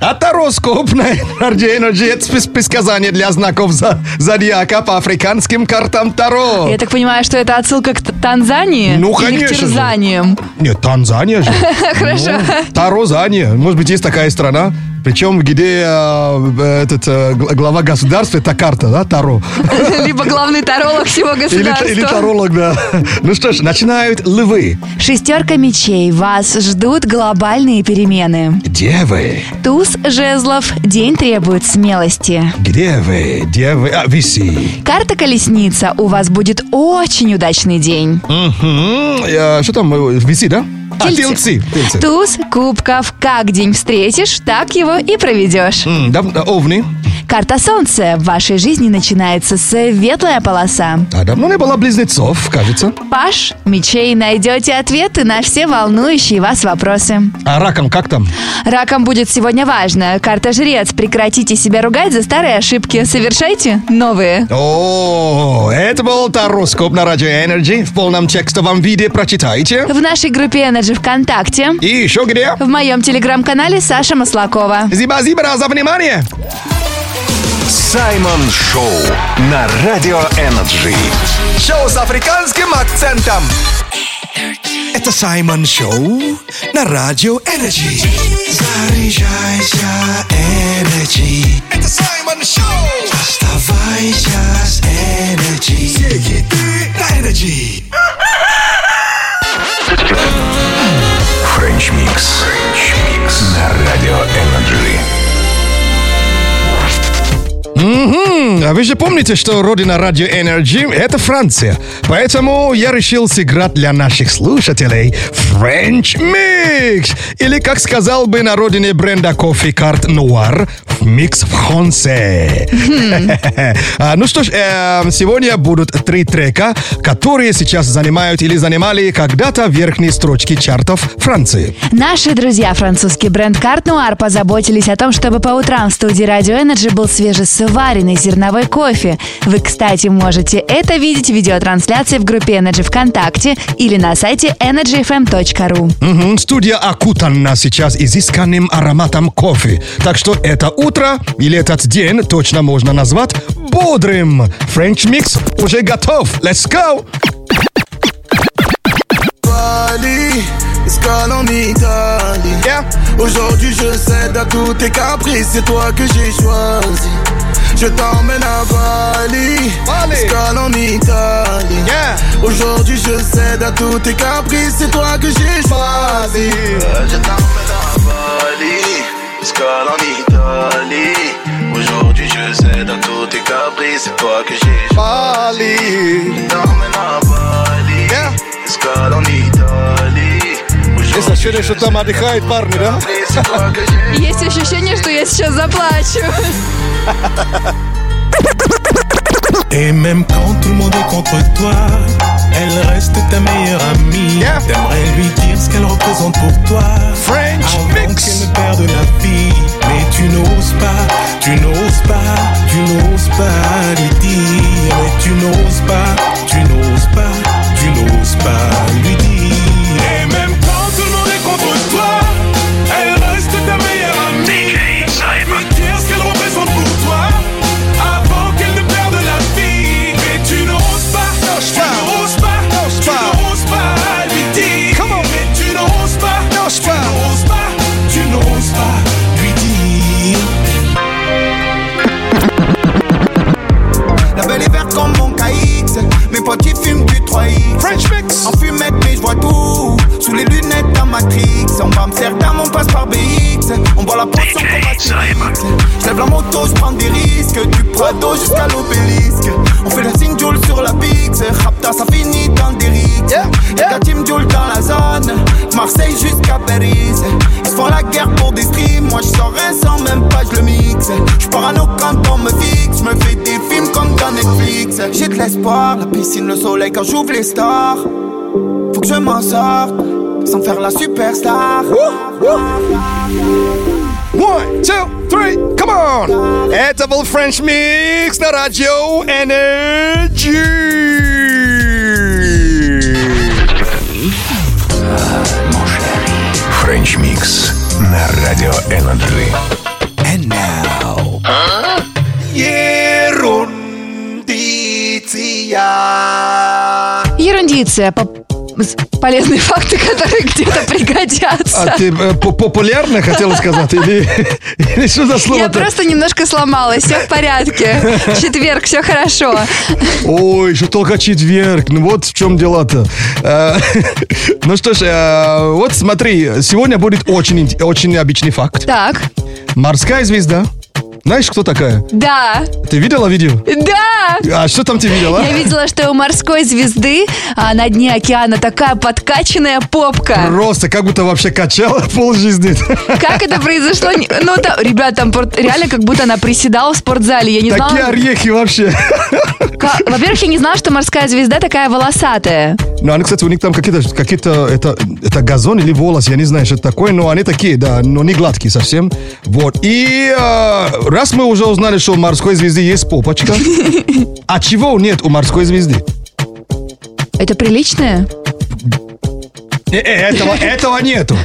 [SPEAKER 1] а тароскоп на Energy Energy. Это спис- предсказание для знаков зо- зодиака по африканским картам Таро.
[SPEAKER 2] Я так понимаю, что это отсылка к Т- Танзании?
[SPEAKER 1] Ну,
[SPEAKER 2] Или
[SPEAKER 1] конечно
[SPEAKER 2] к
[SPEAKER 1] же.
[SPEAKER 2] терзаниям?
[SPEAKER 1] Нет, Танзания же.
[SPEAKER 2] Хорошо.
[SPEAKER 1] Ну, Тарозания. Может быть, есть такая страна. Причем, где э, этот э, гл- глава государства, это карта, да, Таро?
[SPEAKER 2] [laughs] Либо главный таролог всего
[SPEAKER 1] Или,
[SPEAKER 2] государства.
[SPEAKER 1] или таролог, да. [laughs] Ну что ж, начинают львы.
[SPEAKER 2] Шестерка мечей. Вас ждут глобальные перемены.
[SPEAKER 1] Где вы?
[SPEAKER 2] Туз жезлов. День требует смелости.
[SPEAKER 1] Где вы? Где вы? А, виси.
[SPEAKER 2] Карта колесница. У вас будет очень удачный день.
[SPEAKER 1] Мгм. Э, Что там? э, Виси, да? А,
[SPEAKER 2] Тельцы.
[SPEAKER 1] тельцы. тельцы.
[SPEAKER 2] Туз кубков. Как день встретишь, так его и проведешь.
[SPEAKER 1] М, да, э, овны.
[SPEAKER 2] Карта солнца. В вашей жизни начинается светлая полоса.
[SPEAKER 1] А давно не было близнецов, кажется.
[SPEAKER 2] Паш, мечей найдете ответы на все волнующие вас вопросы.
[SPEAKER 1] А раком как там?
[SPEAKER 2] Раком будет сегодня важно. Карта жрец. Прекратите себя ругать за старые ошибки. Совершайте новые.
[SPEAKER 1] О, это был Тароскоп на Радио Energy. В полном текстовом виде прочитайте.
[SPEAKER 2] В нашей группе Energy ВКонтакте.
[SPEAKER 1] И еще где?
[SPEAKER 2] В моем телеграм-канале Саша Маслакова.
[SPEAKER 1] Зиба-зибра за внимание!
[SPEAKER 4] Саймон Шоу на Радио Энерджи.
[SPEAKER 5] Шоу с африканским акцентом.
[SPEAKER 3] Это Саймон Шоу на Радио Энерджи. Заряжайся, Энерджи. Это Саймон Шоу. Оставайся с Энерджи. Все ты на Энерджи.
[SPEAKER 4] Френч Микс. На Радио Энерджи.
[SPEAKER 1] Мгм. А вы же помните, что родина Радио Energy — это Франция. Поэтому я решил сыграть для наших слушателей French Mix. Или, как сказал бы на родине бренда кофе карт Нуар, Микс Франце. [laughs] А, Ну что ж, эм, сегодня будут три трека, которые сейчас занимают или занимали когда-то верхние строчки чартов Франции.
[SPEAKER 2] Наши друзья, французский бренд «Карт Нуар» позаботились о том, чтобы по утрам в студии «Радио Энерджи» был свежесваренный зерновой кофе. Вы, кстати, можете это видеть в видеотрансляции в группе Energy ВКонтакте или на сайте energyfm.ru.
[SPEAKER 1] Мгм, Студия окутана сейчас изысканным ароматом кофе. Так что это утро или этот день точно можно назвать бодрым. French Mix уже готов. Let's go!
[SPEAKER 11] Bali, escale en Italie. Aujourd'hui je cède à tous tes caprices, c'est toi que j'ai choisi. Je t'emmène à Bali, escale en Italie. Aujourd'hui je cède à tous tes caprices, c'est toi que j'ai choisi. Je t'emmène à Bali, escale en Italie. Aujourd'hui je cède à tous tes caprices, c'est toi que j'ai choisi. Je t'emmène à Bali, escale en Italie.
[SPEAKER 1] Есть ощущение, что там отдыхают парни, да?
[SPEAKER 2] Есть ощущение, что я сейчас заплачу.
[SPEAKER 12] Et même quand tout le monde est contre toi, elle reste ta meilleure amie. T'aimerais lui dire ce qu'elle représente pour toi.
[SPEAKER 1] А,
[SPEAKER 12] French avant qu'elle ne perde la vie. Mais tu n'oses pas, tu n'oses pas, tu n'oses pas lui dire. Mais tu n'oses pas, tu n'oses pas, tu n'oses pas lui dire. Et même quand tout le monde est contre toi, elle reste ta meilleure amie. Lui dire ce qu'elle représente pour toi. Avant qu'elle ne perde la vie. Mais tu n'oses pas, tu n'oses pas, tu n'oses pas lui dire. Mais tu n'oses pas, tu n'oses pas, tu n'oses pas lui
[SPEAKER 11] La belle est verte comme mon KX Mes potes ils fument du 3X French mix En fumette mais je vois tout Sous les lunettes d'un Matrix On va me serre d'un, on passe par BX On bois la poisson comme un touriste. J'lève la moto, j'prends des risques. Du Prado jusqu'à l'obélisque. On fait la signe Joule sur la pix. Rapta, ça finit dans des rixes. Y'a la team Joule dans la zone. Marseille jusqu'à Paris. Ils se font la guerre pour des streams. Moi j'sors rien sans même pas j'le mixe. J'parano quand on me fixe. J'me fais des films comme dans Netflix. J'ai de l'espoir, la piscine, le soleil quand j'ouvre les stars. Faut que je m'en sorte sans faire la superstar.
[SPEAKER 1] One, two, three, come on! Это был French Mix на радио Energy.
[SPEAKER 4] Френч Микс на Радио Энерджи. And now...
[SPEAKER 11] Ерундиция.
[SPEAKER 2] Ерундиция. По- с- Полезные факты, которые где-то пригодятся.
[SPEAKER 1] А ты э, по- популярно хотела сказать? Или, [laughs] или что за слово
[SPEAKER 2] Я просто немножко сломалась, все в порядке. В четверг, все хорошо.
[SPEAKER 1] Ой, что только четверг. Ну вот в чем дела-то. Э, [laughs] Ну что ж, э, вот смотри, сегодня будет очень, ин- очень необычный факт.
[SPEAKER 2] Так.
[SPEAKER 1] Морская звезда. Знаешь, кто такая?
[SPEAKER 2] Да,
[SPEAKER 1] Ты видела видео?
[SPEAKER 2] да.
[SPEAKER 1] А что там ты видела?
[SPEAKER 2] Я видела, что у морской звезды а, на дне океана такая подкачанная попка.
[SPEAKER 1] Просто как будто вообще качала [laughs] полжизни.
[SPEAKER 2] Как это произошло? Не- Ну, там, ребят, там порт- реально как будто она приседала в спортзале. Я не знала.
[SPEAKER 1] Такие орехи вообще.
[SPEAKER 2] Ка- Во-первых, я не знала, что морская звезда такая волосатая.
[SPEAKER 1] Ну, они, кстати, у них там какие-то, какие-то это, это газон или волос, я не знаю, что это такое, но они такие, да, но не гладкие совсем. Вот. И э, раз мы уже узнали, что у морской звезды есть попочка, а чего нет у морской звезды?
[SPEAKER 2] Это приличная?
[SPEAKER 1] Э, э, Этого, этого нету.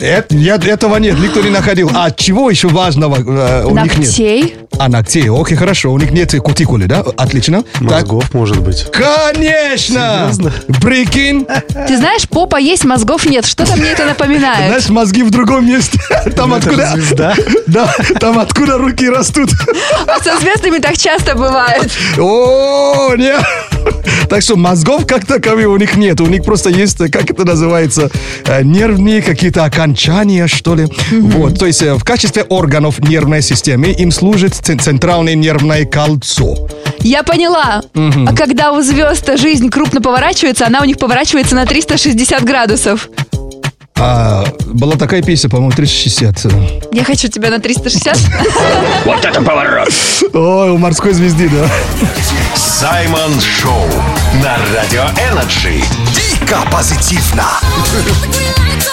[SPEAKER 1] Э, я- этого нет, никто не находил. А чего еще важного э, у них нет?
[SPEAKER 2] Ногтей?
[SPEAKER 1] А ногтей, окей, хорошо. У них нет кутикулы, да? Отлично. Мозгов, может быть. Конечно! Прикинь,
[SPEAKER 2] Ты знаешь, попа есть, мозгов нет. Что-то мне это напоминает.
[SPEAKER 1] знаешь, мозги в другом месте. [laughs] Там откуда... [laughs] Да, там откуда руки растут. [laughs]
[SPEAKER 2] А со звездами так часто бывает.
[SPEAKER 1] О, нет. [laughs] Так что мозгов как таковых у них нет. У них просто есть, как это называется, э, нервные какие-то окончания, что ли. Вот, то есть э, в качестве органов нервной системы им служит цен- центральное нервное кольцо.
[SPEAKER 2] Я поняла.
[SPEAKER 1] Мгм.
[SPEAKER 2] А когда у звезд жизнь крупно поворачивается, она у них поворачивается на 360 градусов.
[SPEAKER 1] А, была такая песня, по-моему, 360.
[SPEAKER 2] Я хочу тебя на
[SPEAKER 1] [laughs]
[SPEAKER 2] 360.
[SPEAKER 4] Вот это поворот!
[SPEAKER 1] Ой, у морской звезды, да.
[SPEAKER 4] Саймон Шоу на Радио Энерджи. Дико позитивно.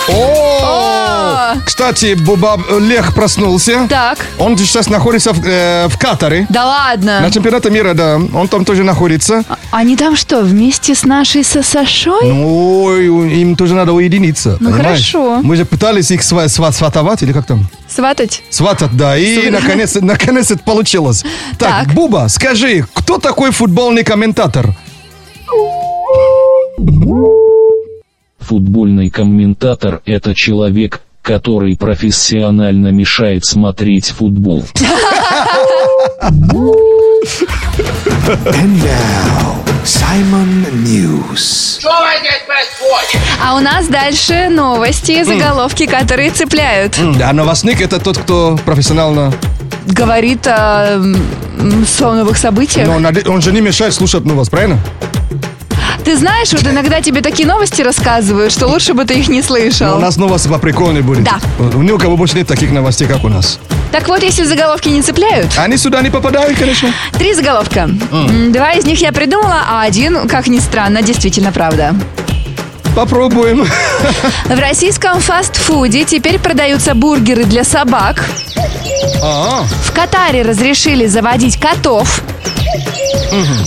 [SPEAKER 1] О! Кстати, Буба Лех проснулся.
[SPEAKER 2] Так.
[SPEAKER 1] Он сейчас находится в, э, в Катаре.
[SPEAKER 2] Да А. ладно.
[SPEAKER 1] На чемпионате мира, да. Он там тоже находится.
[SPEAKER 2] Они там что, вместе с нашей Сашой?
[SPEAKER 1] Ну, ой, у- им тоже надо уединиться.
[SPEAKER 2] Ну,
[SPEAKER 1] понимаешь?
[SPEAKER 2] хорошо.
[SPEAKER 1] Мы же пытались их сва- сва- сватовать, или как там?
[SPEAKER 2] Сватать?
[SPEAKER 1] Сватать, да.
[SPEAKER 2] [laughs]
[SPEAKER 1] И
[SPEAKER 2] Сва-
[SPEAKER 1] наконец, наконец это получилось. Так, Буба, скажи, кто такой футбольный комментатор?
[SPEAKER 13] Футбольный комментатор – это человек, который профессионально мешает смотреть футбол.
[SPEAKER 4] Саймон Ньюс.
[SPEAKER 2] А у нас дальше новости, заголовки, которые цепляют.
[SPEAKER 1] М, А новостник это тот, кто профессионально...
[SPEAKER 2] Говорит о м, со- новых событиях.
[SPEAKER 1] Но он, наде- он же не мешает слушать новость, правильно?
[SPEAKER 2] Ты знаешь, вот иногда тебе такие новости рассказывают, что лучше бы ты их не
[SPEAKER 1] Но
[SPEAKER 2] слышал.
[SPEAKER 1] у нас новость поприкольнее будет.
[SPEAKER 2] Да.
[SPEAKER 1] У ни у кого больше нет таких новостей, как у нас.
[SPEAKER 2] Так вот, если заголовки не цепляют,
[SPEAKER 1] Они сюда не попадают, конечно.
[SPEAKER 2] три заголовка. М, Два из них я придумала, а один, как ни странно, действительно правда.
[SPEAKER 1] Попробуем. [laughs]
[SPEAKER 2] В российском фастфуде теперь продаются бургеры для собак. В Катаре разрешили заводить котов.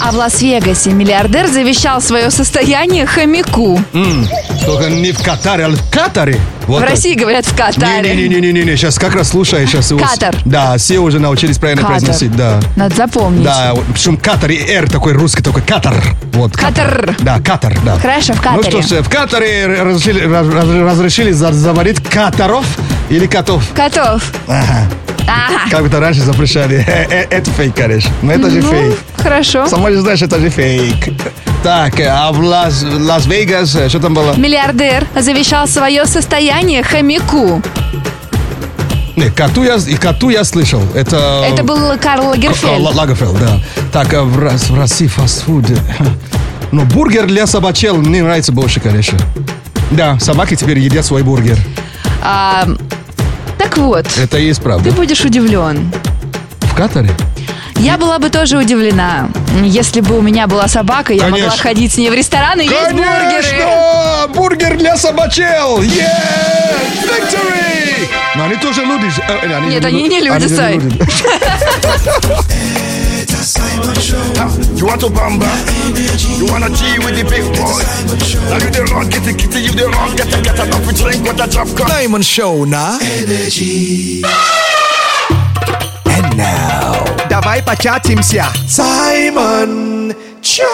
[SPEAKER 2] А в Лас-Вегасе миллиардер завещал свое состояние хомяку.
[SPEAKER 1] М, Только не в Катаре, а в Катаре. Вот
[SPEAKER 2] в
[SPEAKER 1] так.
[SPEAKER 2] России говорят в Катаре.
[SPEAKER 1] Не-не-не-не-не, сейчас как раз слушай, сейчас. его с-
[SPEAKER 2] Катар.
[SPEAKER 1] Да, все уже научились правильно
[SPEAKER 2] Катар.
[SPEAKER 1] произносить, да.
[SPEAKER 2] Надо запомнить.
[SPEAKER 1] Да, вот, причем Катар и Р такой русский, такой Катар. Вот,
[SPEAKER 2] Катар.
[SPEAKER 1] Да, Катар, да.
[SPEAKER 2] Хорошо, в
[SPEAKER 1] Ну
[SPEAKER 2] Катаре.
[SPEAKER 1] что ж, в Катаре р- разрешили, раз- раз- разрешили за- заводить катаров или котов.
[SPEAKER 2] Котов.
[SPEAKER 1] Ага.
[SPEAKER 2] Ага.
[SPEAKER 1] Как будто раньше запрещали. Э, э, Это фейк, конечно. Но это же
[SPEAKER 2] Ну,
[SPEAKER 1] фейк.
[SPEAKER 2] Хорошо.
[SPEAKER 1] Сама же знаешь, это же фейк. Так, э, а в Лас- Лас-Вегас, э, что там было?
[SPEAKER 2] Миллиардер завещал свое состояние хомяку.
[SPEAKER 1] Не, коту я, и коту я слышал. Это...
[SPEAKER 2] Это был
[SPEAKER 1] А,
[SPEAKER 2] Карл Лагерфельд.
[SPEAKER 1] Л- Лагерфельд, да. Так, э, в, Рос- в России фастфуд. [laughs] Но бургер для собачел мне нравится больше, конечно. Да, собаки теперь едят свой бургер.
[SPEAKER 2] А, так вот,
[SPEAKER 1] Это и есть правда.
[SPEAKER 2] ты будешь удивлен.
[SPEAKER 1] В Катаре?
[SPEAKER 2] Я была бы тоже удивлена, если бы у меня была собака, я могла
[SPEAKER 1] Конечно.
[SPEAKER 2] ходить с ней в ресторан и есть бургеры.
[SPEAKER 1] Конечно! Бургер для собачел! Yeah! Victory! Но они тоже люди. же. Э, э,
[SPEAKER 2] Нет, они
[SPEAKER 1] лю-
[SPEAKER 2] не люди,
[SPEAKER 1] же
[SPEAKER 2] Сай.
[SPEAKER 11] You want to bamba? You wanna G with the big boy? Now you the wrong, get the kitty, you the wrong, get the get a coffee drink with a drop cup.
[SPEAKER 5] Саймон Шоу на
[SPEAKER 3] Э.
[SPEAKER 5] Energy. And now. Давай початимся. Саймон Чат.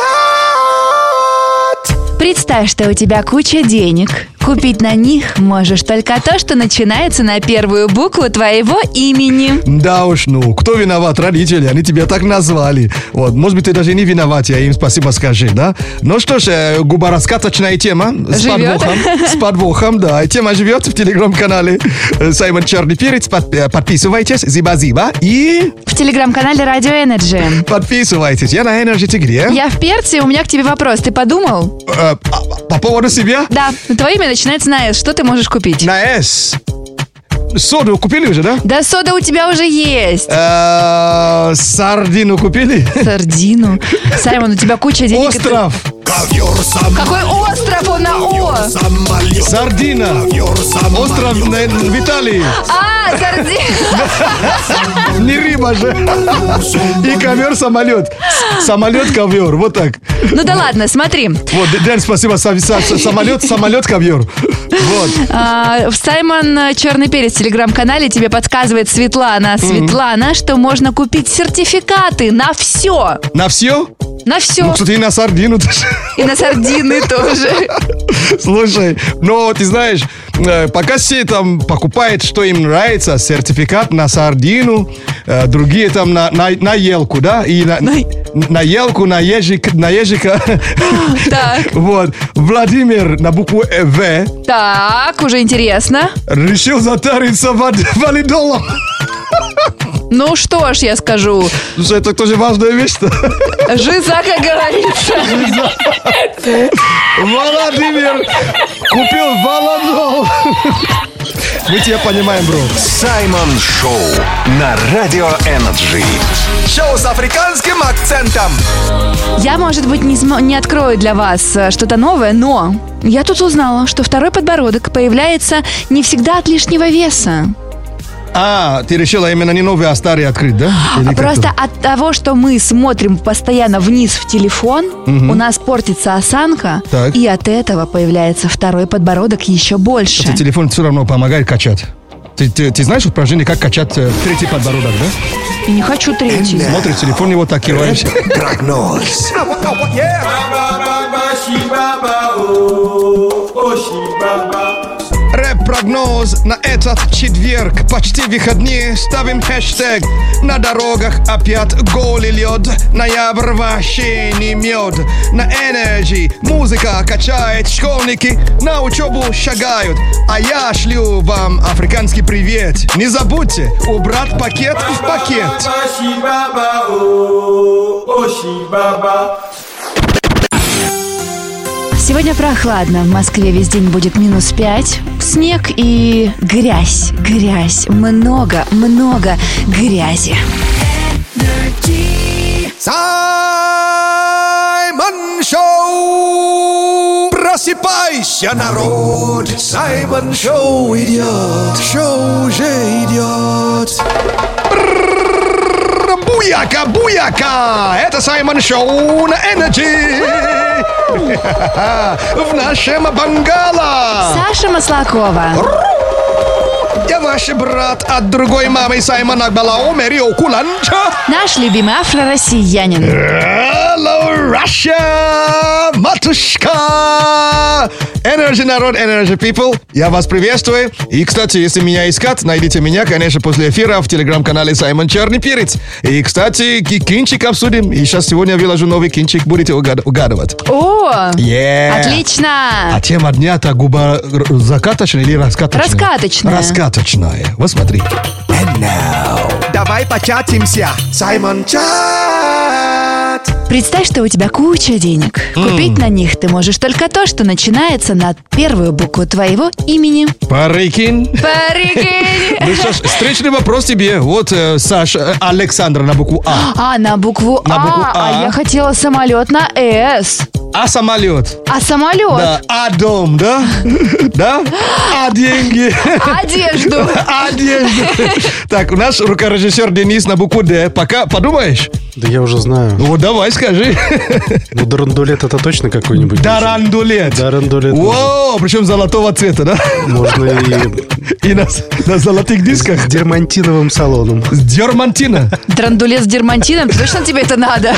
[SPEAKER 2] Представь, что у тебя куча денег. Купить на них можешь только то, что начинается на первую букву твоего имени.
[SPEAKER 1] Да уж, ну, кто виноват? Родители, они тебя так назвали. Вот, может быть, ты даже не виноват, я им спасибо скажи, да? Ну что ж, э, губораскаточная тема. С
[SPEAKER 2] Живет.
[SPEAKER 1] подвохом. С подвохом, да. И Тема живет в телеграм-канале э, Саймон Черный Перец. Под- э, Подписывайтесь, зиба-зиба. И
[SPEAKER 2] В телеграм-канале Радио Энерджи.
[SPEAKER 1] подписывайтесь. Я на Energy Тигре.
[SPEAKER 2] Я в перце, у меня к тебе вопрос. Ты подумал?
[SPEAKER 1] Э, а- а- По поводу себя?
[SPEAKER 2] Да, твое имя начинается на «С». Что ты можешь купить?
[SPEAKER 1] На «С». Соду купили уже, да?
[SPEAKER 2] Да сода у тебя уже есть.
[SPEAKER 1] Э, Сардину купили?
[SPEAKER 2] Сардину. Саймон, у тебя куча денег. и ты-
[SPEAKER 1] Остров.
[SPEAKER 2] Какой остров он на О?
[SPEAKER 1] Сардина. Остров э, на в Италии.
[SPEAKER 2] А, сардина.
[SPEAKER 1] Не рыба же. И ковер-самолет. Самолет-ковер. Вот так.
[SPEAKER 2] Ну да ладно, смотри.
[SPEAKER 1] Вот, Дэн, спасибо. Са- са- са- Самолет, самолет-ковер. Вот.
[SPEAKER 2] А, в Саймон э, Черный Перец в телеграм-канале тебе подсказывает Светлана. Светлана, что можно купить сертификаты на все.
[SPEAKER 1] На все?
[SPEAKER 2] На все.
[SPEAKER 1] Ну, кстати, и на сардину тоже.
[SPEAKER 2] И на сардины тоже.
[SPEAKER 1] Слушай, но ты знаешь, э, пока все там покупают, что им нравится, сертификат на сардину, э, другие там на, на, на елку, да, и на, на елку, на ежик, на ежика. [laughs]
[SPEAKER 2] Так.
[SPEAKER 1] Вот. Владимир на букву «Э», В
[SPEAKER 2] Так, уже интересно.
[SPEAKER 1] решил затариться вод- валидолом.
[SPEAKER 2] Ну что ж, я скажу.
[SPEAKER 1] Слушай, это тоже важная вещь-то.
[SPEAKER 2] Жиза, как говорится.
[SPEAKER 1] Владимир купил валидол. Мы тебя понимаем, бро.
[SPEAKER 4] Саймон Шоу на Радио Энерджи.
[SPEAKER 5] Шоу с африканским акцентом.
[SPEAKER 2] Я, может быть, не, смо- не открою для вас э, что-то новое, но я тут узнала, что второй подбородок появляется не всегда от лишнего веса.
[SPEAKER 1] А, ты решила именно не новый, а старый открыть, да? Или как
[SPEAKER 2] а Просто
[SPEAKER 1] тут?
[SPEAKER 2] от того, что мы смотрим постоянно вниз в телефон,
[SPEAKER 1] Мгм.
[SPEAKER 2] у нас портится осанка,
[SPEAKER 1] Так.
[SPEAKER 2] и от этого появляется второй подбородок еще больше.
[SPEAKER 1] Кстати, телефон все равно помогает качать. Ты, ты- ты знаешь упражнение, как качать э, третий подбородок, да?
[SPEAKER 2] И не хочу третий.
[SPEAKER 1] Смотришь телефон, его так киваешь.
[SPEAKER 5] Прогноз.
[SPEAKER 1] Рэп-прогноз на этот четверг. Почти выходные. Ставим хэштег. На дорогах опять голый лед. Ноябрь вообще не мед. На Energy музыка качает. Школьники на учебу шагают. А я шлю вам африканский привет. Не забудьте убрать пакет в пакет.
[SPEAKER 2] Сегодня прохладно. В Москве весь день будет минус 5. Снег и грязь, грязь. Много, много грязи.
[SPEAKER 5] Саймон Шоу! Просыпайся, народ! Саймон Шоу идет! Шоу уже идет!
[SPEAKER 1] Буяка, буяка! Это Саймон Шоу на Energy! В нашем бангала!
[SPEAKER 2] Саша Маслакова.
[SPEAKER 1] Я ваш брат от другой мамы Саймона Акбалао Мэрио Куланча. Э.
[SPEAKER 2] Наш любимый афро-россиянин.
[SPEAKER 1] Hello, Russia! Матушка! Energy, народ, energy people. Я вас приветствую. И, кстати, если меня искать, найдите меня, конечно, после эфира в телеграм-канале Саймон Черный Перец. И, кстати, ки- кинчик обсудим. И сейчас сегодня выложу новый кинчик. Будете угад- угадывать.
[SPEAKER 2] О!
[SPEAKER 1] Yeah.
[SPEAKER 2] Отлично!
[SPEAKER 1] А тема дня-то губа р- закаточная или раскаточная?
[SPEAKER 2] Раскаточная.
[SPEAKER 1] Раскаточная. Вот смотри.
[SPEAKER 5] Давай початимся. Саймон Чат.
[SPEAKER 2] Представь, что у тебя куча денег.
[SPEAKER 1] М.
[SPEAKER 2] Купить на них ты можешь только то, что начинается на первую букву твоего имени.
[SPEAKER 1] Парыкин.
[SPEAKER 2] Парикинь!
[SPEAKER 1] Ну что ж, встречный вопрос тебе. Вот, э, Саша, э, Александра на букву А.
[SPEAKER 2] А, на букву
[SPEAKER 1] На
[SPEAKER 2] А.
[SPEAKER 1] букву А.
[SPEAKER 2] А я хотела самолет на С.
[SPEAKER 1] А самолет.
[SPEAKER 2] А самолет?
[SPEAKER 1] Да. А дом, да? Да? А деньги.
[SPEAKER 2] Одежду.
[SPEAKER 1] Одежду. Так, у нас рукорежиссер Денис на букву Д. Пока подумаешь?
[SPEAKER 6] Да я уже знаю.
[SPEAKER 1] Ну, давай, скажи.
[SPEAKER 6] Ну, дарандулет это точно какой-нибудь?
[SPEAKER 1] Дарандулет.
[SPEAKER 6] Дарандулет.
[SPEAKER 1] Воу, причем золотого цвета, да?
[SPEAKER 6] Можно и...
[SPEAKER 1] И на, на золотых дисках. С
[SPEAKER 6] дермантиновым салоном.
[SPEAKER 1] С дермантина.
[SPEAKER 2] Драндулет с дермантином? Точно тебе это
[SPEAKER 1] [laughs]
[SPEAKER 2] надо?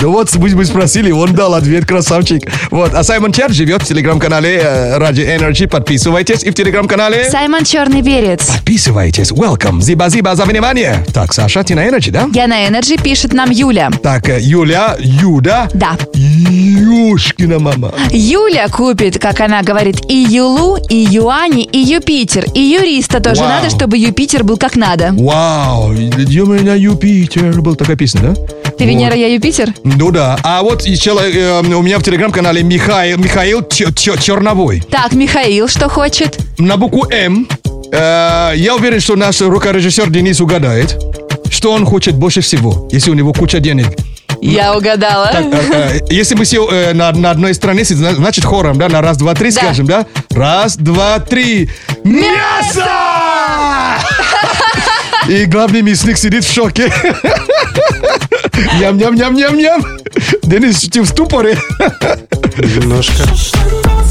[SPEAKER 1] Ну вот, мы, мы спросили, он дал ответ, красавчик. Вот, а Саймон Чар живет в телеграм-канале э, Ради Energy. Подписывайтесь и в телеграм-канале...
[SPEAKER 2] Саймон Черный Перец.
[SPEAKER 1] Подписывайтесь. Welcome. Зиба-зиба за внимание. Так, Саша, ты на Energy, да?
[SPEAKER 2] Я на Energy пишет нам Юля.
[SPEAKER 1] Так, э, Юля, Юда.
[SPEAKER 2] Да.
[SPEAKER 1] Юшкина мама.
[SPEAKER 2] Юля купит, как она говорит, и Юлу, и Юани, и Юпитер, и Юриста тоже
[SPEAKER 1] Вау.
[SPEAKER 2] надо, чтобы Юпитер был как надо.
[SPEAKER 1] Вау, где у меня Юпитер? Был такая песня, да?
[SPEAKER 2] Ты Венера, я Юпитер?
[SPEAKER 1] Ну да. А вот и чело- э, у меня в телеграм-канале Михаил, Михаил Чё- Чё- Черновой.
[SPEAKER 2] Так, Михаил что хочет?
[SPEAKER 1] На букву М. Э, я уверен, что наш рукорежиссер Денис угадает, что он хочет больше всего, если у него куча денег.
[SPEAKER 2] Я угадала.
[SPEAKER 1] Так, э, э, если мы все э, на, на одной странице, зна- значит хором, да, на раз, два, три скажем, да? Раз, два, три. Мясо! И главный мясник сидит в шоке. Ням-ням-ням-ням-ням. Денис, ты в ступоре?
[SPEAKER 6] Немножко.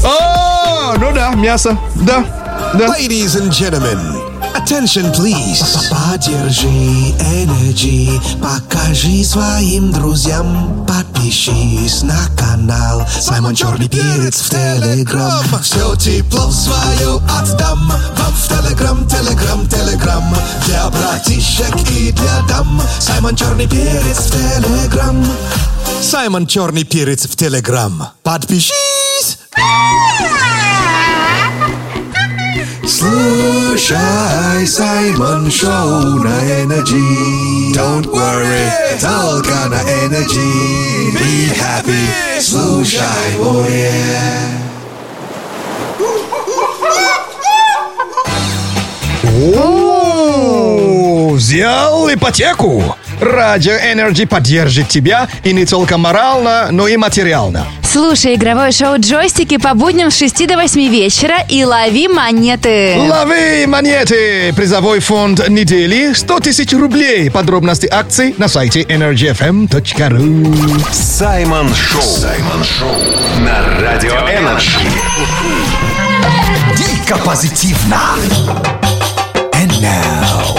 [SPEAKER 1] О, ну да, мясо. Да, да.
[SPEAKER 5] Ladies and gentlemen, attention please.
[SPEAKER 3] Поддержи Energy, покажи своим друзьям, подпишись на канал Саймон Черный Перец в Телеграм.
[SPEAKER 5] Все тепло свое отдам вам в Телеграм, Телеграм, Телеграм. Для братишек и для дам. Саймон Черный Перец в Телеграм. Саймон Черный Перец в Телеграм. Подпишись!
[SPEAKER 3] Слушай Саймон Шоу на Energy. Don't worry, только на Energy. Be happy, слушай oh море.
[SPEAKER 1] О, Взял ипотеку. Радио Energy поддержит тебя и не только морально, но и материально.
[SPEAKER 2] Слушай игровое шоу «Джойстики» по будням с 6 до 8 вечера и лови монеты.
[SPEAKER 1] Лови монеты! Призовой фонд недели 100 тысяч рублей. Подробности акций на сайте energyfm.ru
[SPEAKER 4] Саймон Шоу. Саймон Шоу. На Радио Энерджи.
[SPEAKER 5] Дико позитивно. And now.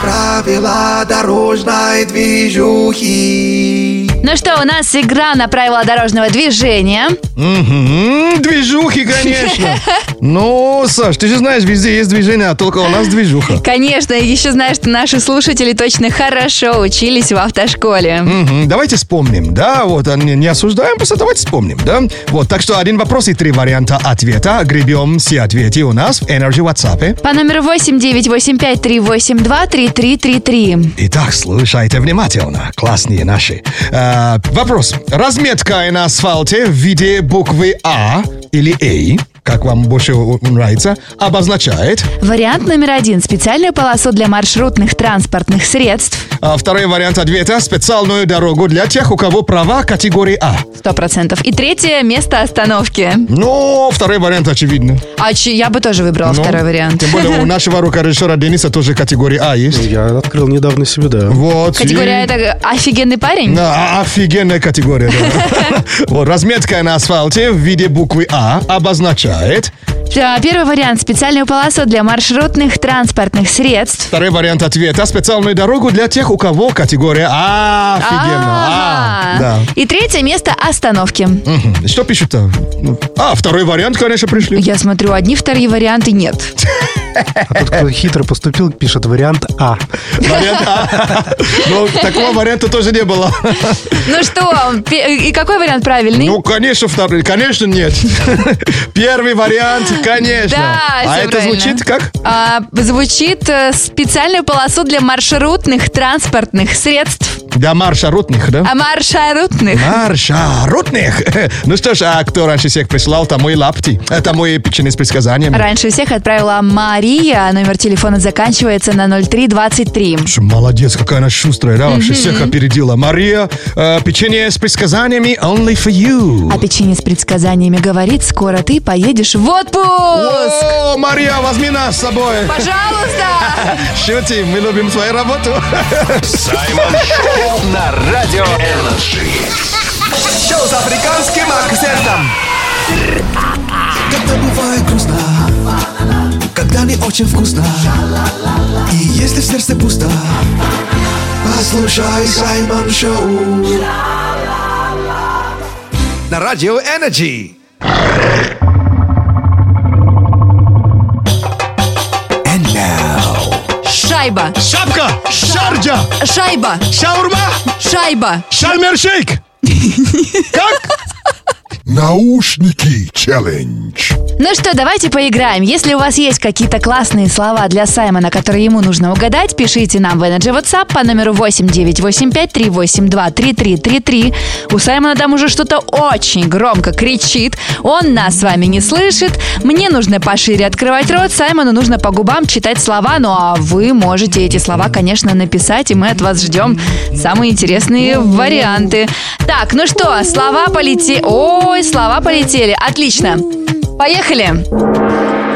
[SPEAKER 5] Правила дорожной движухи.
[SPEAKER 2] Ну что, у нас игра на правила дорожного движения.
[SPEAKER 1] Мгм, Движухи, конечно. Ну, Саш, ты же знаешь, везде есть движение, а только у нас
[SPEAKER 2] [laughs]
[SPEAKER 1] движуха.
[SPEAKER 2] Конечно, еще знаешь, что наши слушатели точно хорошо учились в автошколе.
[SPEAKER 1] Мгм, Давайте вспомним, да, вот, а не, не осуждаем, просто давайте вспомним, да? Вот, так что один вопрос и три варианта ответа. Гребем все ответы у нас в Energy WhatsApp.
[SPEAKER 2] По номеру 89853823333.
[SPEAKER 1] Итак, слушайте внимательно, классные наши. Э, вопрос. Разметка на асфальте в виде буквы А или А, как вам больше у- нравится, обозначает.
[SPEAKER 2] Вариант номер один. Специальную полосу для маршрутных транспортных средств.
[SPEAKER 1] А второй вариант ответа – специальную дорогу для тех, у кого права категории А.
[SPEAKER 2] 100%. И третье место остановки.
[SPEAKER 1] Ну, второй вариант очевидно.
[SPEAKER 2] А чи- я бы тоже выбрала
[SPEAKER 1] Ну,
[SPEAKER 2] второй вариант.
[SPEAKER 1] Тем более у нашего рукорежиссера Дениса тоже категория А есть.
[SPEAKER 6] Ну, Я открыл недавно себе, да.
[SPEAKER 1] Вот. и-
[SPEAKER 2] Категория А это офигенный парень?
[SPEAKER 1] Да, о-
[SPEAKER 2] [laughs]
[SPEAKER 1] офигенная категория. да. Вот разметка на асфальте в виде буквы А обозначает
[SPEAKER 2] Э, Первый вариант – специальную полосу для маршрутных транспортных средств.
[SPEAKER 1] Второй вариант ответа. Специальную дорогу для тех, у кого категория А. Офигенно. А, да.
[SPEAKER 2] И третье место – остановки.
[SPEAKER 1] Мгм. Что пишут-то? Ну, А, второй вариант, конечно,
[SPEAKER 2] [laughs]
[SPEAKER 1] пришли.
[SPEAKER 2] Я смотрю, одни вторые варианты нет.
[SPEAKER 6] А тот, кто хитро поступил, пишет вариант А.
[SPEAKER 1] Вариант А. Ну, такого варианта тоже не было.
[SPEAKER 2] Ну что, пе- и какой вариант правильный?
[SPEAKER 1] Ну, конечно, второй. Конечно, нет. [laughs] Первый вариант, конечно.
[SPEAKER 2] Да,
[SPEAKER 1] А
[SPEAKER 2] всё
[SPEAKER 1] это
[SPEAKER 2] правильно.
[SPEAKER 1] звучит как?
[SPEAKER 2] А, звучит э, специальную полосу для маршрутных транспортных средств.
[SPEAKER 1] Для маршрутных, да?
[SPEAKER 2] А маршрутных.
[SPEAKER 1] Маршрутных. [laughs] Ну что ж, а кто раньше всех прислал, тому и лапти. Э, Тому и печенье с предсказаниями.
[SPEAKER 2] Раньше всех отправила Мария. Номер телефона заканчивается на 0323.
[SPEAKER 1] Слушай, Молодец, какая она шустрая, да, вообще
[SPEAKER 2] Мгм.
[SPEAKER 1] всех опередила. Мария, э, печенье с предсказаниями only for you.
[SPEAKER 2] А печенье с предсказаниями говорит, скоро ты поедешь в отпуск!
[SPEAKER 1] О, Мария, возьми нас с собой.
[SPEAKER 2] Пожалуйста!
[SPEAKER 1] Шутим, мы любим свою работу.
[SPEAKER 4] Саймон Шоу на Радио Энерджи.
[SPEAKER 5] Шоу с африканским акцентом. Когда бывает грустно, когда не очень вкусно, и если в сердце пусто, послушай Саймон Шоу. На радио Energy.
[SPEAKER 2] Шайба!
[SPEAKER 1] Шапка! Шарджа!
[SPEAKER 2] Шайба!
[SPEAKER 1] Шаурма!
[SPEAKER 2] Шайба!
[SPEAKER 1] Шальмершейк! Как?
[SPEAKER 14] Наушники челлендж.
[SPEAKER 2] Ну что, давайте поиграем. Если у вас есть какие-то классные слова для Саймона, которые ему нужно угадать, пишите нам в Energy WhatsApp по номеру 8985-382-3333. У Саймона там уже что-то очень громко кричит. Он нас с вами не слышит. Мне нужно пошире открывать рот. Саймону нужно по губам читать слова. Ну а вы можете эти слова, конечно, написать, и мы от вас ждем самые интересные варианты. Так, ну что, слова полетели. Ой, слова полетели. Отлично. Поехали!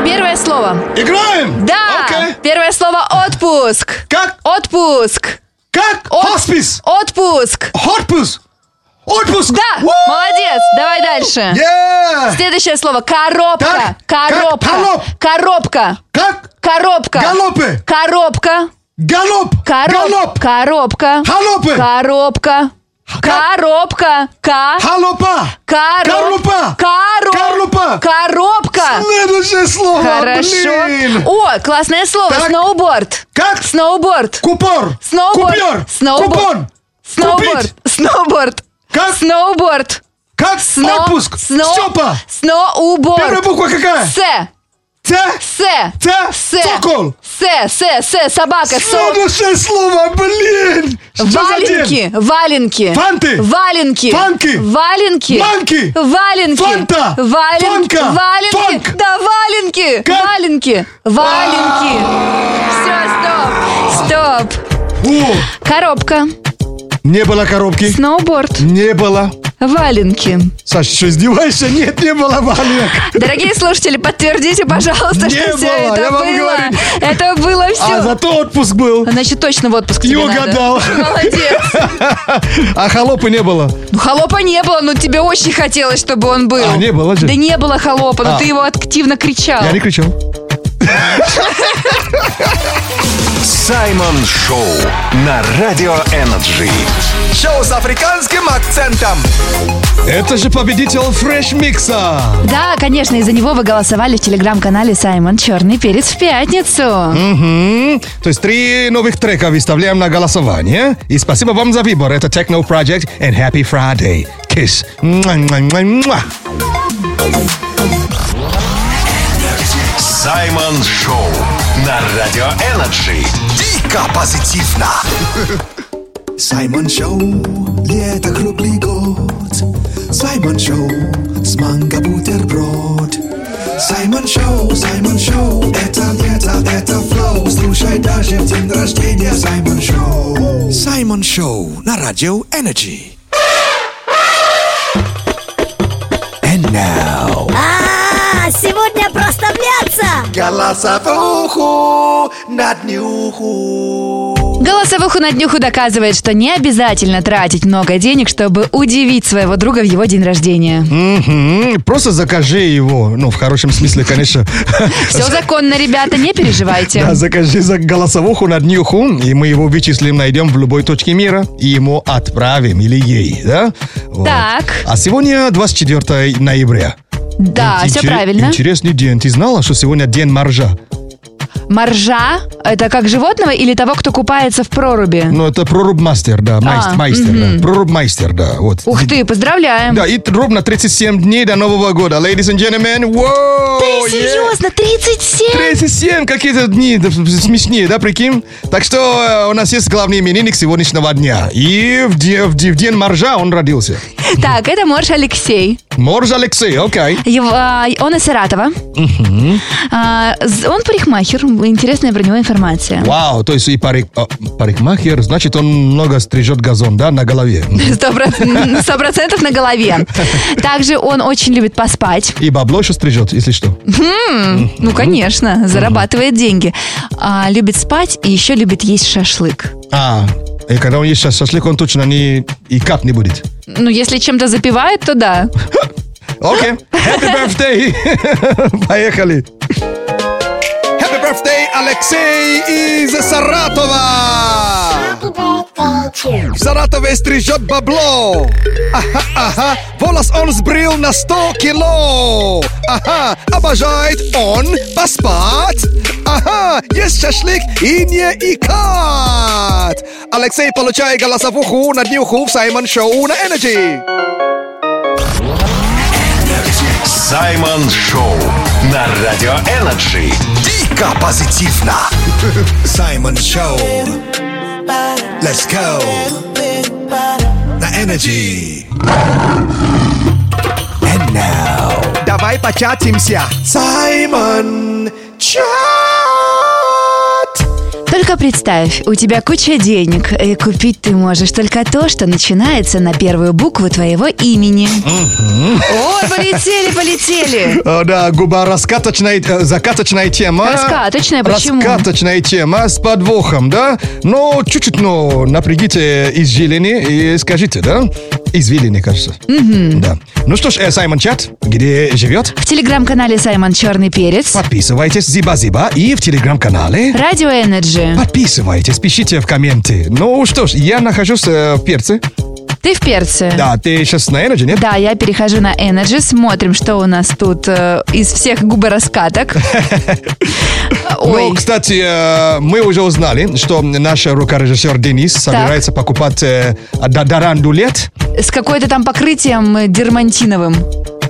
[SPEAKER 2] Первое слово.
[SPEAKER 1] Играем!
[SPEAKER 2] Да! Первое слово отпуск.
[SPEAKER 1] Как?
[SPEAKER 2] Отпуск.
[SPEAKER 1] Как?
[SPEAKER 2] Хоспис. Отпуск.
[SPEAKER 1] Отпуск. Отпуск.
[SPEAKER 2] Да! Молодец! Давай дальше. Следующее слово. Коробка. Коробка. Коробка.
[SPEAKER 1] Как?
[SPEAKER 2] Коробка.
[SPEAKER 1] Галопы.
[SPEAKER 2] Коробка.
[SPEAKER 1] Галоп.
[SPEAKER 2] Коробка. Коробка.
[SPEAKER 1] Халопы.
[SPEAKER 2] Коробка. Коробка. Ка.
[SPEAKER 1] Халопа.
[SPEAKER 2] Коробка. Коробка. Коробка.
[SPEAKER 1] Следующее слово,
[SPEAKER 2] Хорошо.
[SPEAKER 1] блин.
[SPEAKER 2] О, классное слово. Сноуборд.
[SPEAKER 1] Как?
[SPEAKER 2] Сноуборд.
[SPEAKER 1] Купор.
[SPEAKER 2] Сноуборд.
[SPEAKER 1] Купюр.
[SPEAKER 2] Сноуборд.
[SPEAKER 1] Купон.
[SPEAKER 2] Сноуборд.
[SPEAKER 1] Купить.
[SPEAKER 2] Сноуборд.
[SPEAKER 1] Как?
[SPEAKER 2] Сноуборд.
[SPEAKER 1] Как?
[SPEAKER 2] Сно...
[SPEAKER 1] Отпуск.
[SPEAKER 2] Сно...
[SPEAKER 1] Стёпа.
[SPEAKER 2] Сноуборд.
[SPEAKER 1] Первая буква какая?
[SPEAKER 2] С. С.
[SPEAKER 1] С.
[SPEAKER 2] С.
[SPEAKER 1] Сокол.
[SPEAKER 2] С. С. С. Собака. Со.
[SPEAKER 1] Следующее слово, блин. Что за
[SPEAKER 2] Валенки,
[SPEAKER 1] день?
[SPEAKER 2] валенки.
[SPEAKER 1] Фанты.
[SPEAKER 2] Валенки.
[SPEAKER 1] Фанки.
[SPEAKER 2] Валенки.
[SPEAKER 1] Манки.
[SPEAKER 2] Валенки.
[SPEAKER 1] Фанта.
[SPEAKER 2] Вален-
[SPEAKER 1] Фанка.
[SPEAKER 2] Валенки.
[SPEAKER 1] Фанк.
[SPEAKER 2] Да, валенки. Валенки. Валенки.
[SPEAKER 1] А!
[SPEAKER 2] Все, стоп. Стоп. Коробка.
[SPEAKER 1] Не было коробки.
[SPEAKER 2] Сноуборд.
[SPEAKER 1] Не было.
[SPEAKER 2] Валенки.
[SPEAKER 1] Саша, что, издеваешься? Нет, не было валенок.
[SPEAKER 2] Дорогие слушатели, подтвердите, пожалуйста,
[SPEAKER 1] Не
[SPEAKER 2] что все
[SPEAKER 1] было,
[SPEAKER 2] это
[SPEAKER 1] я вам
[SPEAKER 2] было.
[SPEAKER 1] говорю.
[SPEAKER 2] Это было все.
[SPEAKER 1] А зато отпуск был. [laughs]
[SPEAKER 2] Значит, точно в отпуск
[SPEAKER 1] Не
[SPEAKER 2] тебе надо.
[SPEAKER 1] угадал.
[SPEAKER 2] Молодец.
[SPEAKER 1] А холопы не было.
[SPEAKER 2] Ну, холопа не было, но тебе очень хотелось, чтобы он был.
[SPEAKER 1] А, не было же.
[SPEAKER 2] Да не было холопа, но
[SPEAKER 1] А.
[SPEAKER 2] ты его активно кричал.
[SPEAKER 1] Я не кричал.
[SPEAKER 4] Саймон Шоу на Радио Энерджи.
[SPEAKER 5] Шоу с африканским акцентом.
[SPEAKER 1] Это же победитель фреш микса.
[SPEAKER 2] Да, конечно, из-за него вы голосовали в телеграм-канале Саймон Черный Перец в пятницу.
[SPEAKER 1] Мгм. То есть три новых трека выставляем на голосование. И спасибо вам за выбор. Это Techno Project and Happy Friday. Kiss. Муа-муа-муа-муа.
[SPEAKER 4] Саймон Шоу на Радио Энерджи.
[SPEAKER 5] Дико позитивно. Саймон Шоу, лето круглый год. Саймон Шоу, с манго бутерброд. Саймон Шоу, Саймон Шоу, это лето, это флоу. Слушай даже в день рождения Саймон Шоу. Саймон Шоу на радио Energy. And now...
[SPEAKER 7] А, сегодня проставляться!
[SPEAKER 5] Голосовуху на днюху.
[SPEAKER 2] Голосовуху на днюху доказывает, что не обязательно тратить много денег, чтобы удивить своего друга в его день рождения.
[SPEAKER 1] Мгм. Просто закажи его. Ну, в хорошем смысле, конечно. [laughs]
[SPEAKER 2] Все законно, ребята, не переживайте.
[SPEAKER 1] Да, закажи за голосовуху на днюху, и мы его вычислим, найдем в любой точке мира, и ему отправим или ей, да? Вот.
[SPEAKER 2] Так.
[SPEAKER 1] А сегодня 24 ноября.
[SPEAKER 2] Да, все
[SPEAKER 1] Интере-
[SPEAKER 2] правильно.
[SPEAKER 1] Интересный день. Ты знала, что сегодня день моржа?
[SPEAKER 2] Моржа – это как животного или того, кто купается в проруби?
[SPEAKER 1] Ну, это прорубмастер, да, майст-
[SPEAKER 2] А,
[SPEAKER 1] майстер, да.
[SPEAKER 2] мгм.
[SPEAKER 1] Прорубмастер, да, вот.
[SPEAKER 2] Ух ты, поздравляем.
[SPEAKER 1] Да, и ровно 37 дней до Нового года. Ladies and gentlemen, воу!
[SPEAKER 2] Ты серьезно, 37?
[SPEAKER 1] 37, какие-то дни да, смешные, да, прикинь? Так что э, у нас есть главный именинник сегодняшнего дня. И в, де- в де- в день моржа он родился.
[SPEAKER 2] Так, это морж Алексей.
[SPEAKER 1] Морж Алексей, окей.
[SPEAKER 2] Его- а, он из Саратова.
[SPEAKER 1] Мгм.
[SPEAKER 2] А, з- он парикмахер. Интересная про него информация.
[SPEAKER 1] Вау, то есть и парик- а, парикмахер, значит, он много стрижет газон, да, на голове.
[SPEAKER 2] Сто проц- сто процентов на голове. Также он очень любит поспать.
[SPEAKER 1] И бабло еще стрижет, если что.
[SPEAKER 2] Хм, ну, конечно, зарабатывает деньги. А, любит спать и еще любит есть шашлык.
[SPEAKER 1] А, и когда он есть сейчас шашлык, он точно не и кап не будет.
[SPEAKER 2] Ну, если чем-то запивает, то да.
[SPEAKER 1] Окей. Happy birthday! Поехали. Happy birthday, Алексей из Саратова!
[SPEAKER 9] В Саратове стрижет бабло. Ага, ага. Волос он сбрил на 100 кило. Ага. Обожает он поспать. Ага. Есть шашлык и не икат. Алексей, получай голосовуху на днюху в Саймон Шоу на Энерджи.
[SPEAKER 4] Саймон Шоу на Радио Энерджи.
[SPEAKER 5] Дико позитивно. [laughs] Саймон Шоу. Let's go. На Energy. And now.
[SPEAKER 9] Давай початимся.
[SPEAKER 5] Саймон
[SPEAKER 2] Только представь, у тебя куча денег, и купить ты можешь только то, что начинается на первую букву твоего имени. Ой, полетели, полетели!
[SPEAKER 1] О, Э, да, губа раскаточная, э, закаточная тема.
[SPEAKER 2] Раскаточная, почему?
[SPEAKER 1] Раскаточная тема с подвохом, да? Но чуть-чуть, но напрягите извилины и скажите, да? Извилины, кажется.
[SPEAKER 2] Мгм.
[SPEAKER 1] Да. Ну что ж, э, Саймон Чат, где живет?
[SPEAKER 2] В телеграм-канале Саймон Черный Перец.
[SPEAKER 1] Подписывайтесь, зиба-зиба, и в телеграм-канале.
[SPEAKER 2] Радио Энерджи.
[SPEAKER 1] Подписывайтесь, пишите в комменты. Ну что ж, я нахожусь э, в Перце.
[SPEAKER 2] Ты в перце.
[SPEAKER 1] Да, ты сейчас на Energy, нет?
[SPEAKER 2] Да, я перехожу на Energy, смотрим, что у нас тут э, из всех
[SPEAKER 1] [laughs]
[SPEAKER 2] губораскаток.
[SPEAKER 1] Ну, кстати, э, мы уже узнали, что наш рукорежиссер Денис собирается покупать э, до- дорандулет.
[SPEAKER 2] С какой-то там покрытием э, дермантиновым.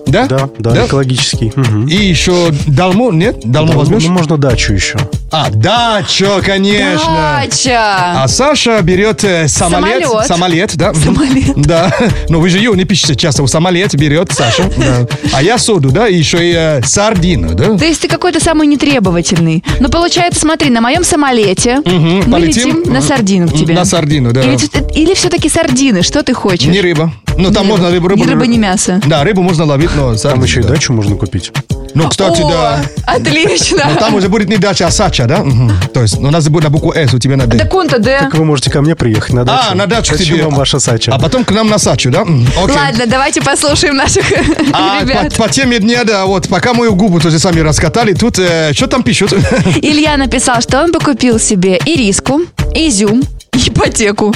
[SPEAKER 1] Да?
[SPEAKER 6] Да, да, экологический.
[SPEAKER 1] И еще долму, нет? Долму
[SPEAKER 6] Долму,
[SPEAKER 1] возьмешь?
[SPEAKER 6] ну, можно дачу еще.
[SPEAKER 1] А, дача, конечно.
[SPEAKER 2] Дача!
[SPEAKER 1] А Саша берет э, самолет.
[SPEAKER 2] Самолет. [laughs]
[SPEAKER 1] да.
[SPEAKER 2] Самолет.
[SPEAKER 1] [laughs] Да. Но вы же ее не пишете часто. У самолет
[SPEAKER 2] [laughs]
[SPEAKER 1] берет Саша. да. А я соду, да, и еще и э, сардину, да?
[SPEAKER 2] То есть ты какой-то самый нетребовательный. Но получается, смотри, на моем самолете мы
[SPEAKER 1] полетим.
[SPEAKER 2] летим на сардину к тебе.
[SPEAKER 1] На сардину, да.
[SPEAKER 2] Или, т- или все-таки сардины, что ты хочешь?
[SPEAKER 1] Не рыба. Ну, там можно рыбу, рыбу.
[SPEAKER 2] Ни рыба, ни мясо.
[SPEAKER 1] Да, рыбу можно ловить, но
[SPEAKER 6] Там
[SPEAKER 1] сардину,
[SPEAKER 6] еще и
[SPEAKER 1] да.
[SPEAKER 6] дачу можно купить.
[SPEAKER 1] Ну, кстати,
[SPEAKER 2] О,
[SPEAKER 1] да.
[SPEAKER 2] Отлично.
[SPEAKER 1] Но там уже будет не дача, а сача, да? Мгм. То есть, ну, у нас будет на букву «С», у тебя на «Д».
[SPEAKER 2] Да кунта, да.
[SPEAKER 6] Так вы можете ко мне приехать на дачу.
[SPEAKER 1] А, на дачу к
[SPEAKER 6] Зачем
[SPEAKER 1] тебе.
[SPEAKER 6] вам ваша сача?
[SPEAKER 1] А потом к нам на сачу, да? М, Окей.
[SPEAKER 2] Ладно, давайте послушаем наших э,
[SPEAKER 1] А
[SPEAKER 2] ребят.
[SPEAKER 1] по, по теме дня, да, вот, пока мою губу тоже сами раскатали, тут э, что там пишут? [laughs]
[SPEAKER 2] Илья написал, что он бы купил себе ириску, изюм, ипотеку.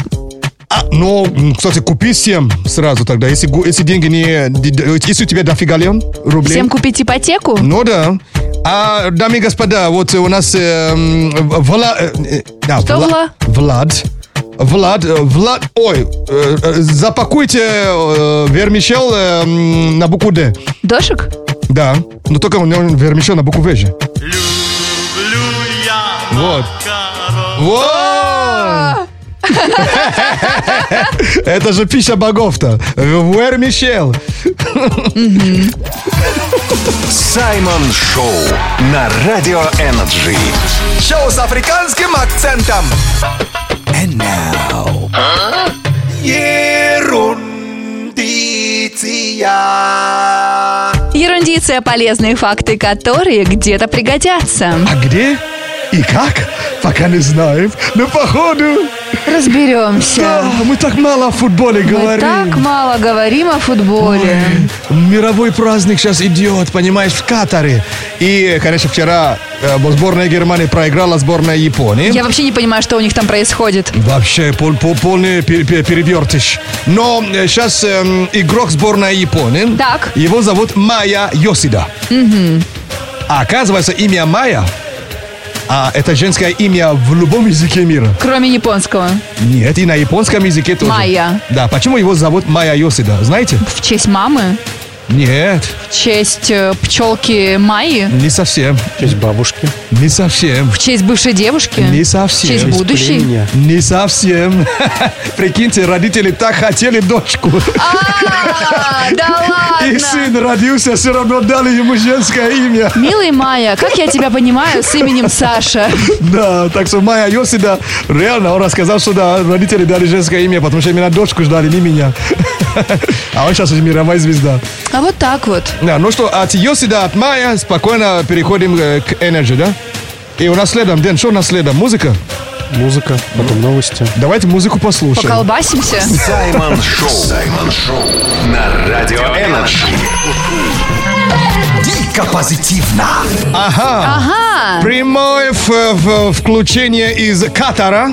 [SPEAKER 1] А, ну, м, кстати, купи всем сразу тогда, если, гу- если деньги не... ди- ди- Если у тебя дофига лен, рублей.
[SPEAKER 2] Всем купить ипотеку?
[SPEAKER 1] Ну да. А, дамы и господа, вот э, у нас э, м, Вла... э, э, да,
[SPEAKER 2] Что
[SPEAKER 1] Вла- Влад. Влад, э, Влад, ой, э, э, запакуйте э, вермишел э, м, на букву «Д».
[SPEAKER 2] Дошек?
[SPEAKER 1] Да, но только у него вермишел на букву «В» же. Вот. Вот. [laughs] Это же пища богов-то. Вермишел.
[SPEAKER 4] Саймон Шоу на Радио Энерджи.
[SPEAKER 5] Шоу с африканским акцентом. And now. Ерундиция.
[SPEAKER 1] [laughs]
[SPEAKER 2] Ерундиция – полезные факты, которые где-то пригодятся.
[SPEAKER 1] А где? И как? Пока не знаем. Но походу...
[SPEAKER 2] Разберемся.
[SPEAKER 1] Да, мы так мало о футболе
[SPEAKER 2] Мы
[SPEAKER 1] говорим.
[SPEAKER 2] так мало говорим о футболе.
[SPEAKER 1] Ой, мировой праздник сейчас идет, понимаешь, в Катаре. И, конечно, вчера э, сборная Германии проиграла сборная Японии.
[SPEAKER 2] Я вообще не понимаю, что у них там происходит.
[SPEAKER 1] Вообще пол, пол- полный пер- пер- перевертыш. Но э, сейчас эм, игрок сборной Японии.
[SPEAKER 2] Так.
[SPEAKER 1] Его зовут Майя Йосида.
[SPEAKER 2] Мгм.
[SPEAKER 1] А оказывается, имя Майя, а это женское имя в любом языке мира.
[SPEAKER 2] Кроме японского.
[SPEAKER 1] Нет, и на японском языке тоже.
[SPEAKER 2] Майя.
[SPEAKER 1] Да, почему его зовут Майя Йосида, знаете?
[SPEAKER 2] В честь мамы?
[SPEAKER 1] Нет,
[SPEAKER 2] В честь э, пчелки Майи?
[SPEAKER 1] не совсем. В честь бабушки. Не совсем.
[SPEAKER 2] В честь бывшей девушки?
[SPEAKER 1] Не
[SPEAKER 2] В
[SPEAKER 1] совсем.
[SPEAKER 2] честь будущей?
[SPEAKER 1] Не совсем. [laughs] Прикиньте, родители так хотели дочку.
[SPEAKER 2] А, да
[SPEAKER 1] [laughs] И
[SPEAKER 2] ладно!
[SPEAKER 1] сын родился, все равно дали ему женское имя.
[SPEAKER 2] Милый Майя, как я тебя понимаю с именем Саша?
[SPEAKER 1] Да, так что Майя Йосида, реально, он рассказал, что да, родители дали женское имя, потому что именно дочку ждали, не меня. [laughs] А он сейчас уже мировая звезда.
[SPEAKER 2] А вот так вот.
[SPEAKER 1] Да, ну что, от Йосида, от Майя спокойно переходим э, к Energy, да? И у нас следом, Дэн, что у нас следом? Музыка? Музыка, потом новости. Давайте музыку послушаем.
[SPEAKER 2] Поколбасимся.
[SPEAKER 4] Саймон Шоу. Саймон Шоу на Радио Энерджи.
[SPEAKER 5] Дико позитивно.
[SPEAKER 1] Ага.
[SPEAKER 2] Ага.
[SPEAKER 1] Прямое ф- в- включение из Катара.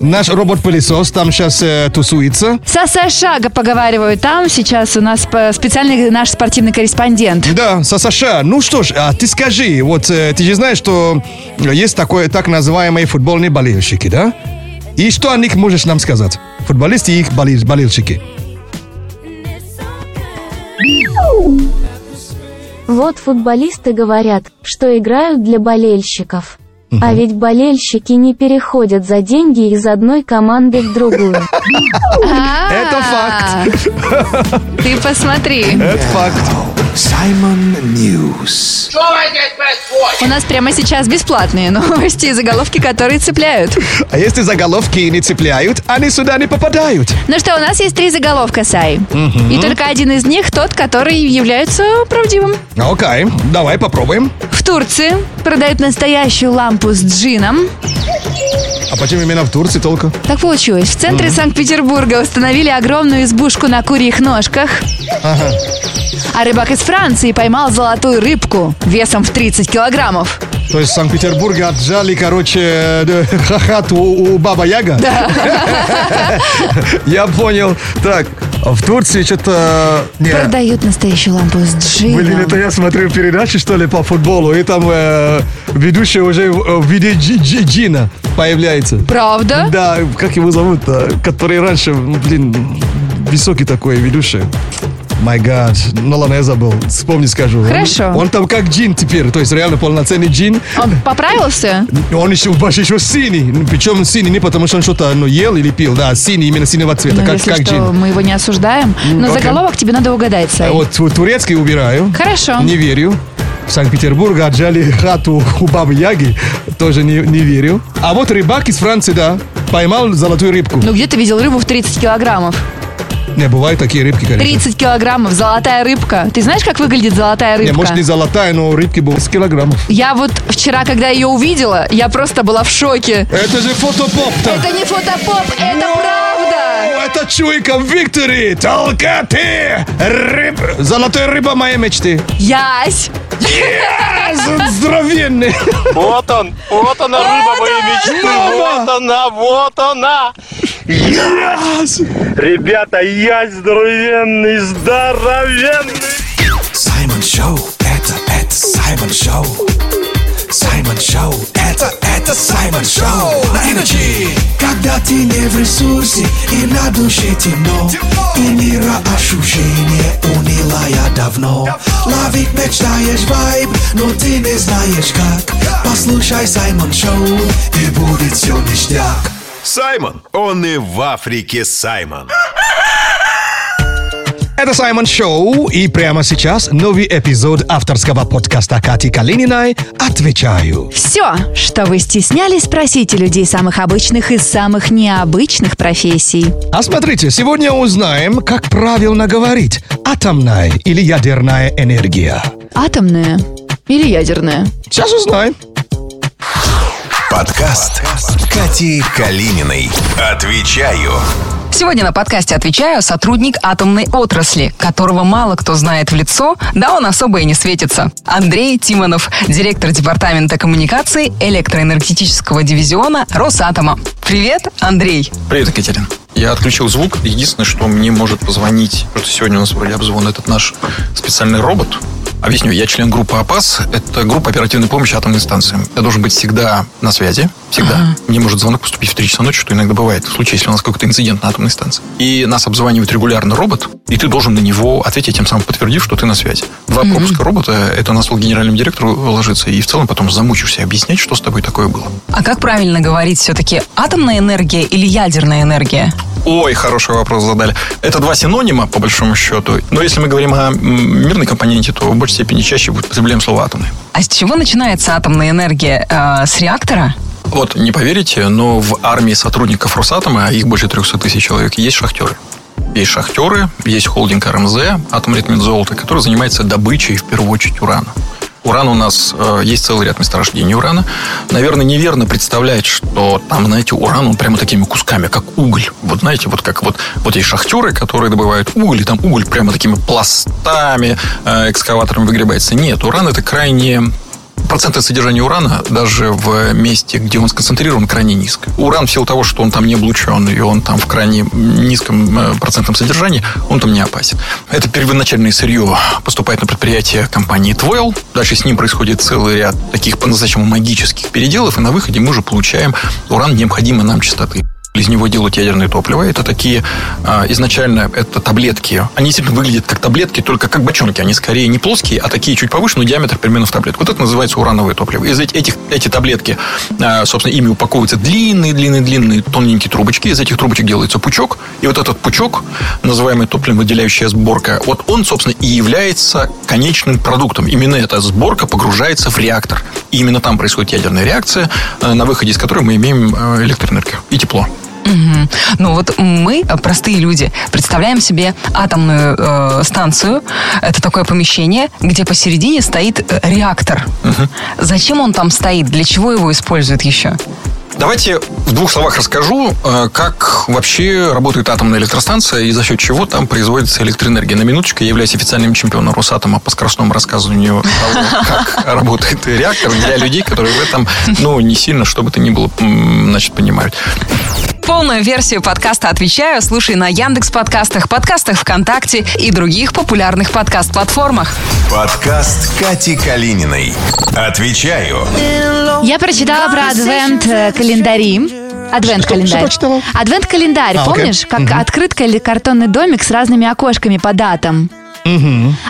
[SPEAKER 1] Наш робот-пылесос там сейчас тусуется.
[SPEAKER 2] Со США г- поговариваю там. Сейчас у нас п- специальный наш спортивный корреспондент.
[SPEAKER 1] Да, со США. Ну что ж, а ты скажи, вот э, ты же знаешь, что есть такое так называемые футбольные болельщики, да? И что о них можешь нам сказать? Футболисты и их боле- болельщики.
[SPEAKER 10] Вот футболисты говорят, что играют для болельщиков. А ведь болельщики не переходят за деньги из одной команды в другую.
[SPEAKER 1] Это факт.
[SPEAKER 2] А, Ты посмотри.
[SPEAKER 1] Это факт.
[SPEAKER 5] Саймон Ньюс.
[SPEAKER 2] У нас прямо сейчас бесплатные [laughs] новости и заголовки, которые цепляют.
[SPEAKER 1] А если заголовки не цепляют, они сюда не попадают.
[SPEAKER 2] Ну что, у нас есть три заголовка, Сай.
[SPEAKER 1] Мгм.
[SPEAKER 2] И только один из них тот, который является правдивым.
[SPEAKER 1] Окей, давай попробуем.
[SPEAKER 2] В Турции продают настоящую лампу с джином.
[SPEAKER 1] А почему именно в Турции только?
[SPEAKER 2] Так получилось. В центре Санкт-Петербурга установили огромную избушку на курьих ножках.
[SPEAKER 1] Ага.
[SPEAKER 2] А рыбак из Франции поймал золотую рыбку весом в 30 килограммов.
[SPEAKER 1] То есть в Санкт-Петербурге отжали, короче, э, э, хахат у, у Баба Яга? [laughs] Я понял. Так, в Турции что-то...
[SPEAKER 2] Продают настоящую лампу с джином.
[SPEAKER 1] Блин, Э. это я смотрю передачи, что ли, по футболу, и там э, ведущий уже э, в в виде Джи- Джи- Джина появляется.
[SPEAKER 2] Правда?
[SPEAKER 1] Да, как его зовут-то? Который раньше, ну, блин, высокий такой ведущий. My God, ну ладно, я забыл. Вспомни, скажу. Он-
[SPEAKER 2] Хорошо.
[SPEAKER 1] Он, там как джин теперь, то есть реально полноценный джин.
[SPEAKER 2] Он поправился?
[SPEAKER 1] Он еще, вообще еще синий, Ну, причем синий не потому, что он что-то ну, ел или пил, да, синий, именно синего цвета,
[SPEAKER 2] Ну,
[SPEAKER 1] как,
[SPEAKER 2] если
[SPEAKER 1] как
[SPEAKER 2] что,
[SPEAKER 1] джин. Ну,
[SPEAKER 2] мы его не осуждаем. Но
[SPEAKER 1] окей.
[SPEAKER 2] заголовок тебе надо угадать,
[SPEAKER 1] А
[SPEAKER 2] Сай.
[SPEAKER 1] Вот ту- турецкий убираю.
[SPEAKER 2] Хорошо.
[SPEAKER 1] Не верю. В Санкт-Петербурге отжали хату у Бабы Яги. Тоже не, не верю. А вот рыбак из Франции, да, поймал золотую рыбку.
[SPEAKER 2] Ну где ты видел рыбу в 30 килограммов?
[SPEAKER 1] Не, бывают такие рыбки, конечно.
[SPEAKER 2] 30 килограммов, золотая рыбка. Ты знаешь, как выглядит золотая
[SPEAKER 1] Не,
[SPEAKER 2] рыбка?
[SPEAKER 1] может, не золотая, но рыбки было с килограммов.
[SPEAKER 2] Я вот вчера, когда ее увидела, я просто была в шоке.
[SPEAKER 1] Это же фотопоп-то!
[SPEAKER 2] Это не фотопоп, это правда!
[SPEAKER 1] О, Это чуйка Виктори! Только ты! Рыб... Золотая рыба моей мечты!
[SPEAKER 2] Ясь!
[SPEAKER 1] Yes! Здоровенный!
[SPEAKER 14] Вот он, вот она рыба моей мечты, вот она, вот она. Ребята, я здоровенный, здоровенный.
[SPEAKER 5] Саймон Шоу. Это, это Саймон Шоу. Саймон Шоу. Это, это Саймон Шоу. На Energy. Когда ты не в ресурсе и на душе темно, и мира ощущение унилая давно. Ловить мечтаешь вайб, но ты
[SPEAKER 15] ne
[SPEAKER 5] не знаешь как. Послушай Саймон Шоу, и будет все ништяк.
[SPEAKER 4] Саймон. Он и в Африке Саймон.
[SPEAKER 1] [laughs] Это Саймон Шоу, и прямо сейчас новый эпизод авторского подкаста Кати Калининой «Отвечаю».
[SPEAKER 2] Все, что вы стеснялись, спросите людей самых обычных и самых необычных профессий.
[SPEAKER 1] А смотрите, сегодня узнаем, как правильно говорить «атомная» или «ядерная энергия».
[SPEAKER 2] Атомная или ядерная?
[SPEAKER 1] Сейчас узнаем.
[SPEAKER 4] Подкаст Кати Калининой. Отвечаю.
[SPEAKER 16] Сегодня на подкасте «Отвечаю» сотрудник атомной отрасли, которого мало кто знает в лицо, да он особо и не светится. Андрей Тимонов, директор департамента коммуникаций электроэнергетического дивизиона Росатома. Привет, Андрей.
[SPEAKER 15] Привет, Екатерина. Я отключил звук. Единственное, что мне может позвонить, потому что сегодня у нас вроде обзвон, этот наш специальный робот, Объясню, я член группы АПАС. Это группа оперативной помощи атомным станциям. Я должен быть всегда на связи. Всегда.
[SPEAKER 16] Ага.
[SPEAKER 15] Мне может звонок поступить в 3 часа ночи, что иногда бывает, в случае, если у нас какой-то инцидент на атомной станции. И нас обзванивает регулярно робот, и ты должен на него ответить, тем самым подтвердив, что ты на связи. Два
[SPEAKER 16] Мгм.
[SPEAKER 15] пропуска робота, это на стол генеральному директору ложится, и в целом потом замучишься объяснять, что с тобой такое было.
[SPEAKER 16] А как правильно говорить все-таки атомная энергия или ядерная энергия?
[SPEAKER 15] Ой, хороший вопрос задали. Это два синонима, по большому счету. Но если мы говорим о м, мирной компоненте, то в большей степени чаще употребляем слово атомный.
[SPEAKER 16] А с чего начинается атомная энергия? Э, с реактора?
[SPEAKER 15] Вот, не поверите, но в армии сотрудников Росатома, а их больше 300 тысяч человек, есть шахтеры. Есть шахтеры, есть холдинг РМЗ, Атомритмедзолото, который занимается добычей, в первую очередь, урана. Уран у нас, э, есть целый ряд месторождений урана. Наверное, неверно представляет, что там, знаете, уран, он прямо такими кусками, как уголь. Вот знаете, вот как вот, вот есть шахтеры, которые добывают уголь, и там уголь прямо такими пластами э, экскаватором выгребается. Нет, уран это крайне Процентное содержание урана даже в месте, где он сконцентрирован, крайне низко. Уран в силу того, что он там не облучен, и он там в крайне низком э, процентном содержании, он там не опасен. Это первоначальное сырье поступает на предприятие компании Твойл. Дальше с ним происходит целый ряд таких по-настоящему магических переделов, и на выходе мы уже получаем уран необходимой нам частоты из него делают ядерное топливо. Это такие, а, изначально это таблетки. Они действительно выглядят как таблетки, только как бочонки. Они скорее не плоские, а такие чуть повыше, но диаметр примерно в таблетку. Вот это называется урановое топливо. Из эти- этих, эти таблетки, а, собственно, ими упаковываются длинные-длинные-длинные тоненькие трубочки. Из этих трубочек делается пучок. И вот этот пучок, называемый топливо-выделяющая сборка, вот он, собственно, и является конечным продуктом. Именно эта сборка погружается в реактор. И именно там происходит ядерная реакция, э, на выходе из которой мы имеем э, электроэнергию и тепло.
[SPEAKER 16] Мгм. Ну вот мы, э, простые люди, представляем себе атомную э, станцию. Это такое помещение, где посередине стоит э, реактор. Зачем он там стоит? Для чего его используют еще?
[SPEAKER 15] Давайте в двух словах расскажу, э, как вообще работает атомная электростанция и за счет чего там производится электроэнергия. На минуточку я являюсь официальным чемпионом Росатома по скоростному рассказыванию того, как работает реактор для людей, которые в этом, ну, не сильно, что бы то ни было, м, значит, понимают.
[SPEAKER 16] Полную версию подкаста «Отвечаю» слушай на Яндекс подкастах, подкастах ВКонтакте и других популярных подкаст-платформах.
[SPEAKER 4] Подкаст Кати Калининой. Отвечаю.
[SPEAKER 2] Я прочитала про э, адвент-календари. Адвент-календарь. Адвент-календарь,
[SPEAKER 4] А, окей.
[SPEAKER 2] помнишь? Как открытка или картонный домик с разными окошками по датам.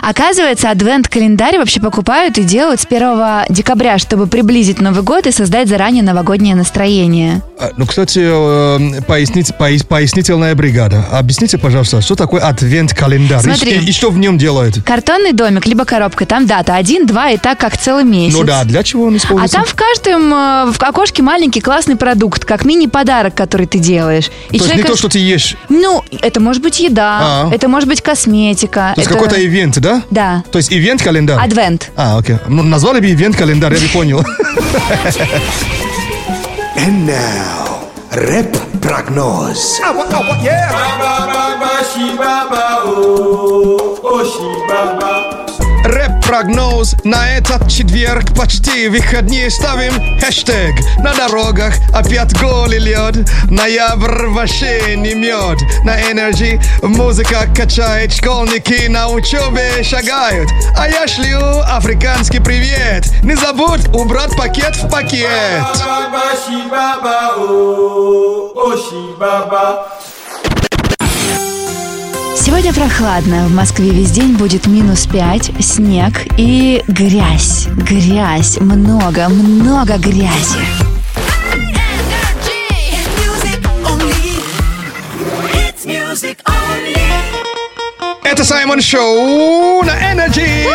[SPEAKER 2] Оказывается, адвент-календарь вообще покупают и делают с 1 декабря, чтобы приблизить Новый год и создать заранее новогоднее настроение.
[SPEAKER 1] А, Ну, кстати, э, пояснить- пояс- пояснительная бригада. Объясните, пожалуйста, что такое адвент-календарь? И-
[SPEAKER 2] Смотри.
[SPEAKER 1] И, и что в нем делают?
[SPEAKER 2] Картонный домик, либо коробка, там дата 1, 2 и так как целый месяц.
[SPEAKER 1] Ну да, для чего он
[SPEAKER 2] А
[SPEAKER 1] используется?
[SPEAKER 2] там в каждом э, в окошке маленький классный продукт, как мини-подарок, который ты делаешь. И
[SPEAKER 1] То есть не
[SPEAKER 2] человека-
[SPEAKER 1] то, что ты ешь.
[SPEAKER 2] Ну, это может быть еда,
[SPEAKER 1] А.
[SPEAKER 2] это может быть косметика.
[SPEAKER 1] То есть
[SPEAKER 2] это-
[SPEAKER 1] какой-то ивент, да?
[SPEAKER 2] Да.
[SPEAKER 1] То есть ивент-календарь?
[SPEAKER 2] Адвент.
[SPEAKER 1] А, окей. Ну, назвали бы ивент-календарь,
[SPEAKER 2] [laughs]
[SPEAKER 1] я бы понял.
[SPEAKER 3] And now, рэп прогноз.
[SPEAKER 1] Рэп-прогноз на этот четверг Почти выходные ставим хэштег На дорогах опять голый лед Ноябрь вообще не мед На энергии музыка качает Школьники на учебе шагают А я шлю африканский привет Не забудь убрать пакет в пакет
[SPEAKER 2] Сегодня прохладно. В Москве весь день будет минус 5, снег и грязь. Грязь. Много, много грязи.
[SPEAKER 1] [laughs] Это Саймон Шоу на Energy.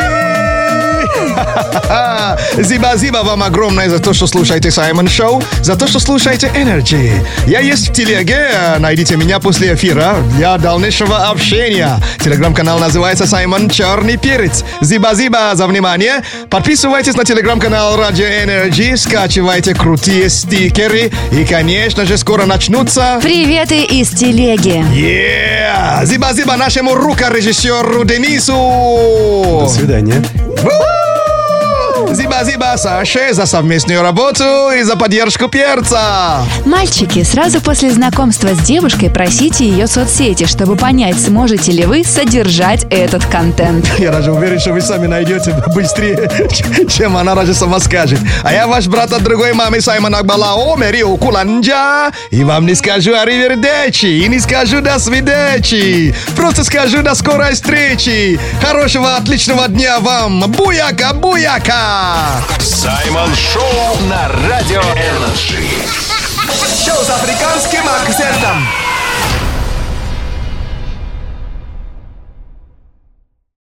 [SPEAKER 1] Зиба-зиба А, вам огромное за то, что слушаете Саймон Шоу, за то, что слушаете Energy. Я есть в телеге, э, найдите меня после эфира для дальнейшего общения. Телеграм-канал называется Саймон Черный Перец. Зиба-зиба за внимание. Подписывайтесь на телеграм-канал Radio Energy, скачивайте крутые стикеры и, конечно же, скоро начнутся...
[SPEAKER 2] Приветы из телеги.
[SPEAKER 1] Yeah! Зиба-зиба нашему рукорежиссеру Денису! До
[SPEAKER 6] свидания.
[SPEAKER 1] Зиба-зиба Саше за совместную работу и за поддержку перца.
[SPEAKER 2] Мальчики, сразу после знакомства с девушкой просите ее соцсети, чтобы понять, сможете ли вы содержать этот контент.
[SPEAKER 1] Я даже уверен, что вы сами найдете [laughs] быстрее, ч- чем она даже сама скажет. А я ваш брат от другой мамы Саймон Акбалао, Мерио Куланджа. И вам не скажу о и не скажу до свидечи. Просто скажу до скорой встречи. Хорошего, отличного дня вам. Буяка, буяка.
[SPEAKER 4] Саймон Шоу на Радио Энерджи.
[SPEAKER 5] Шоу с африканским акцентом.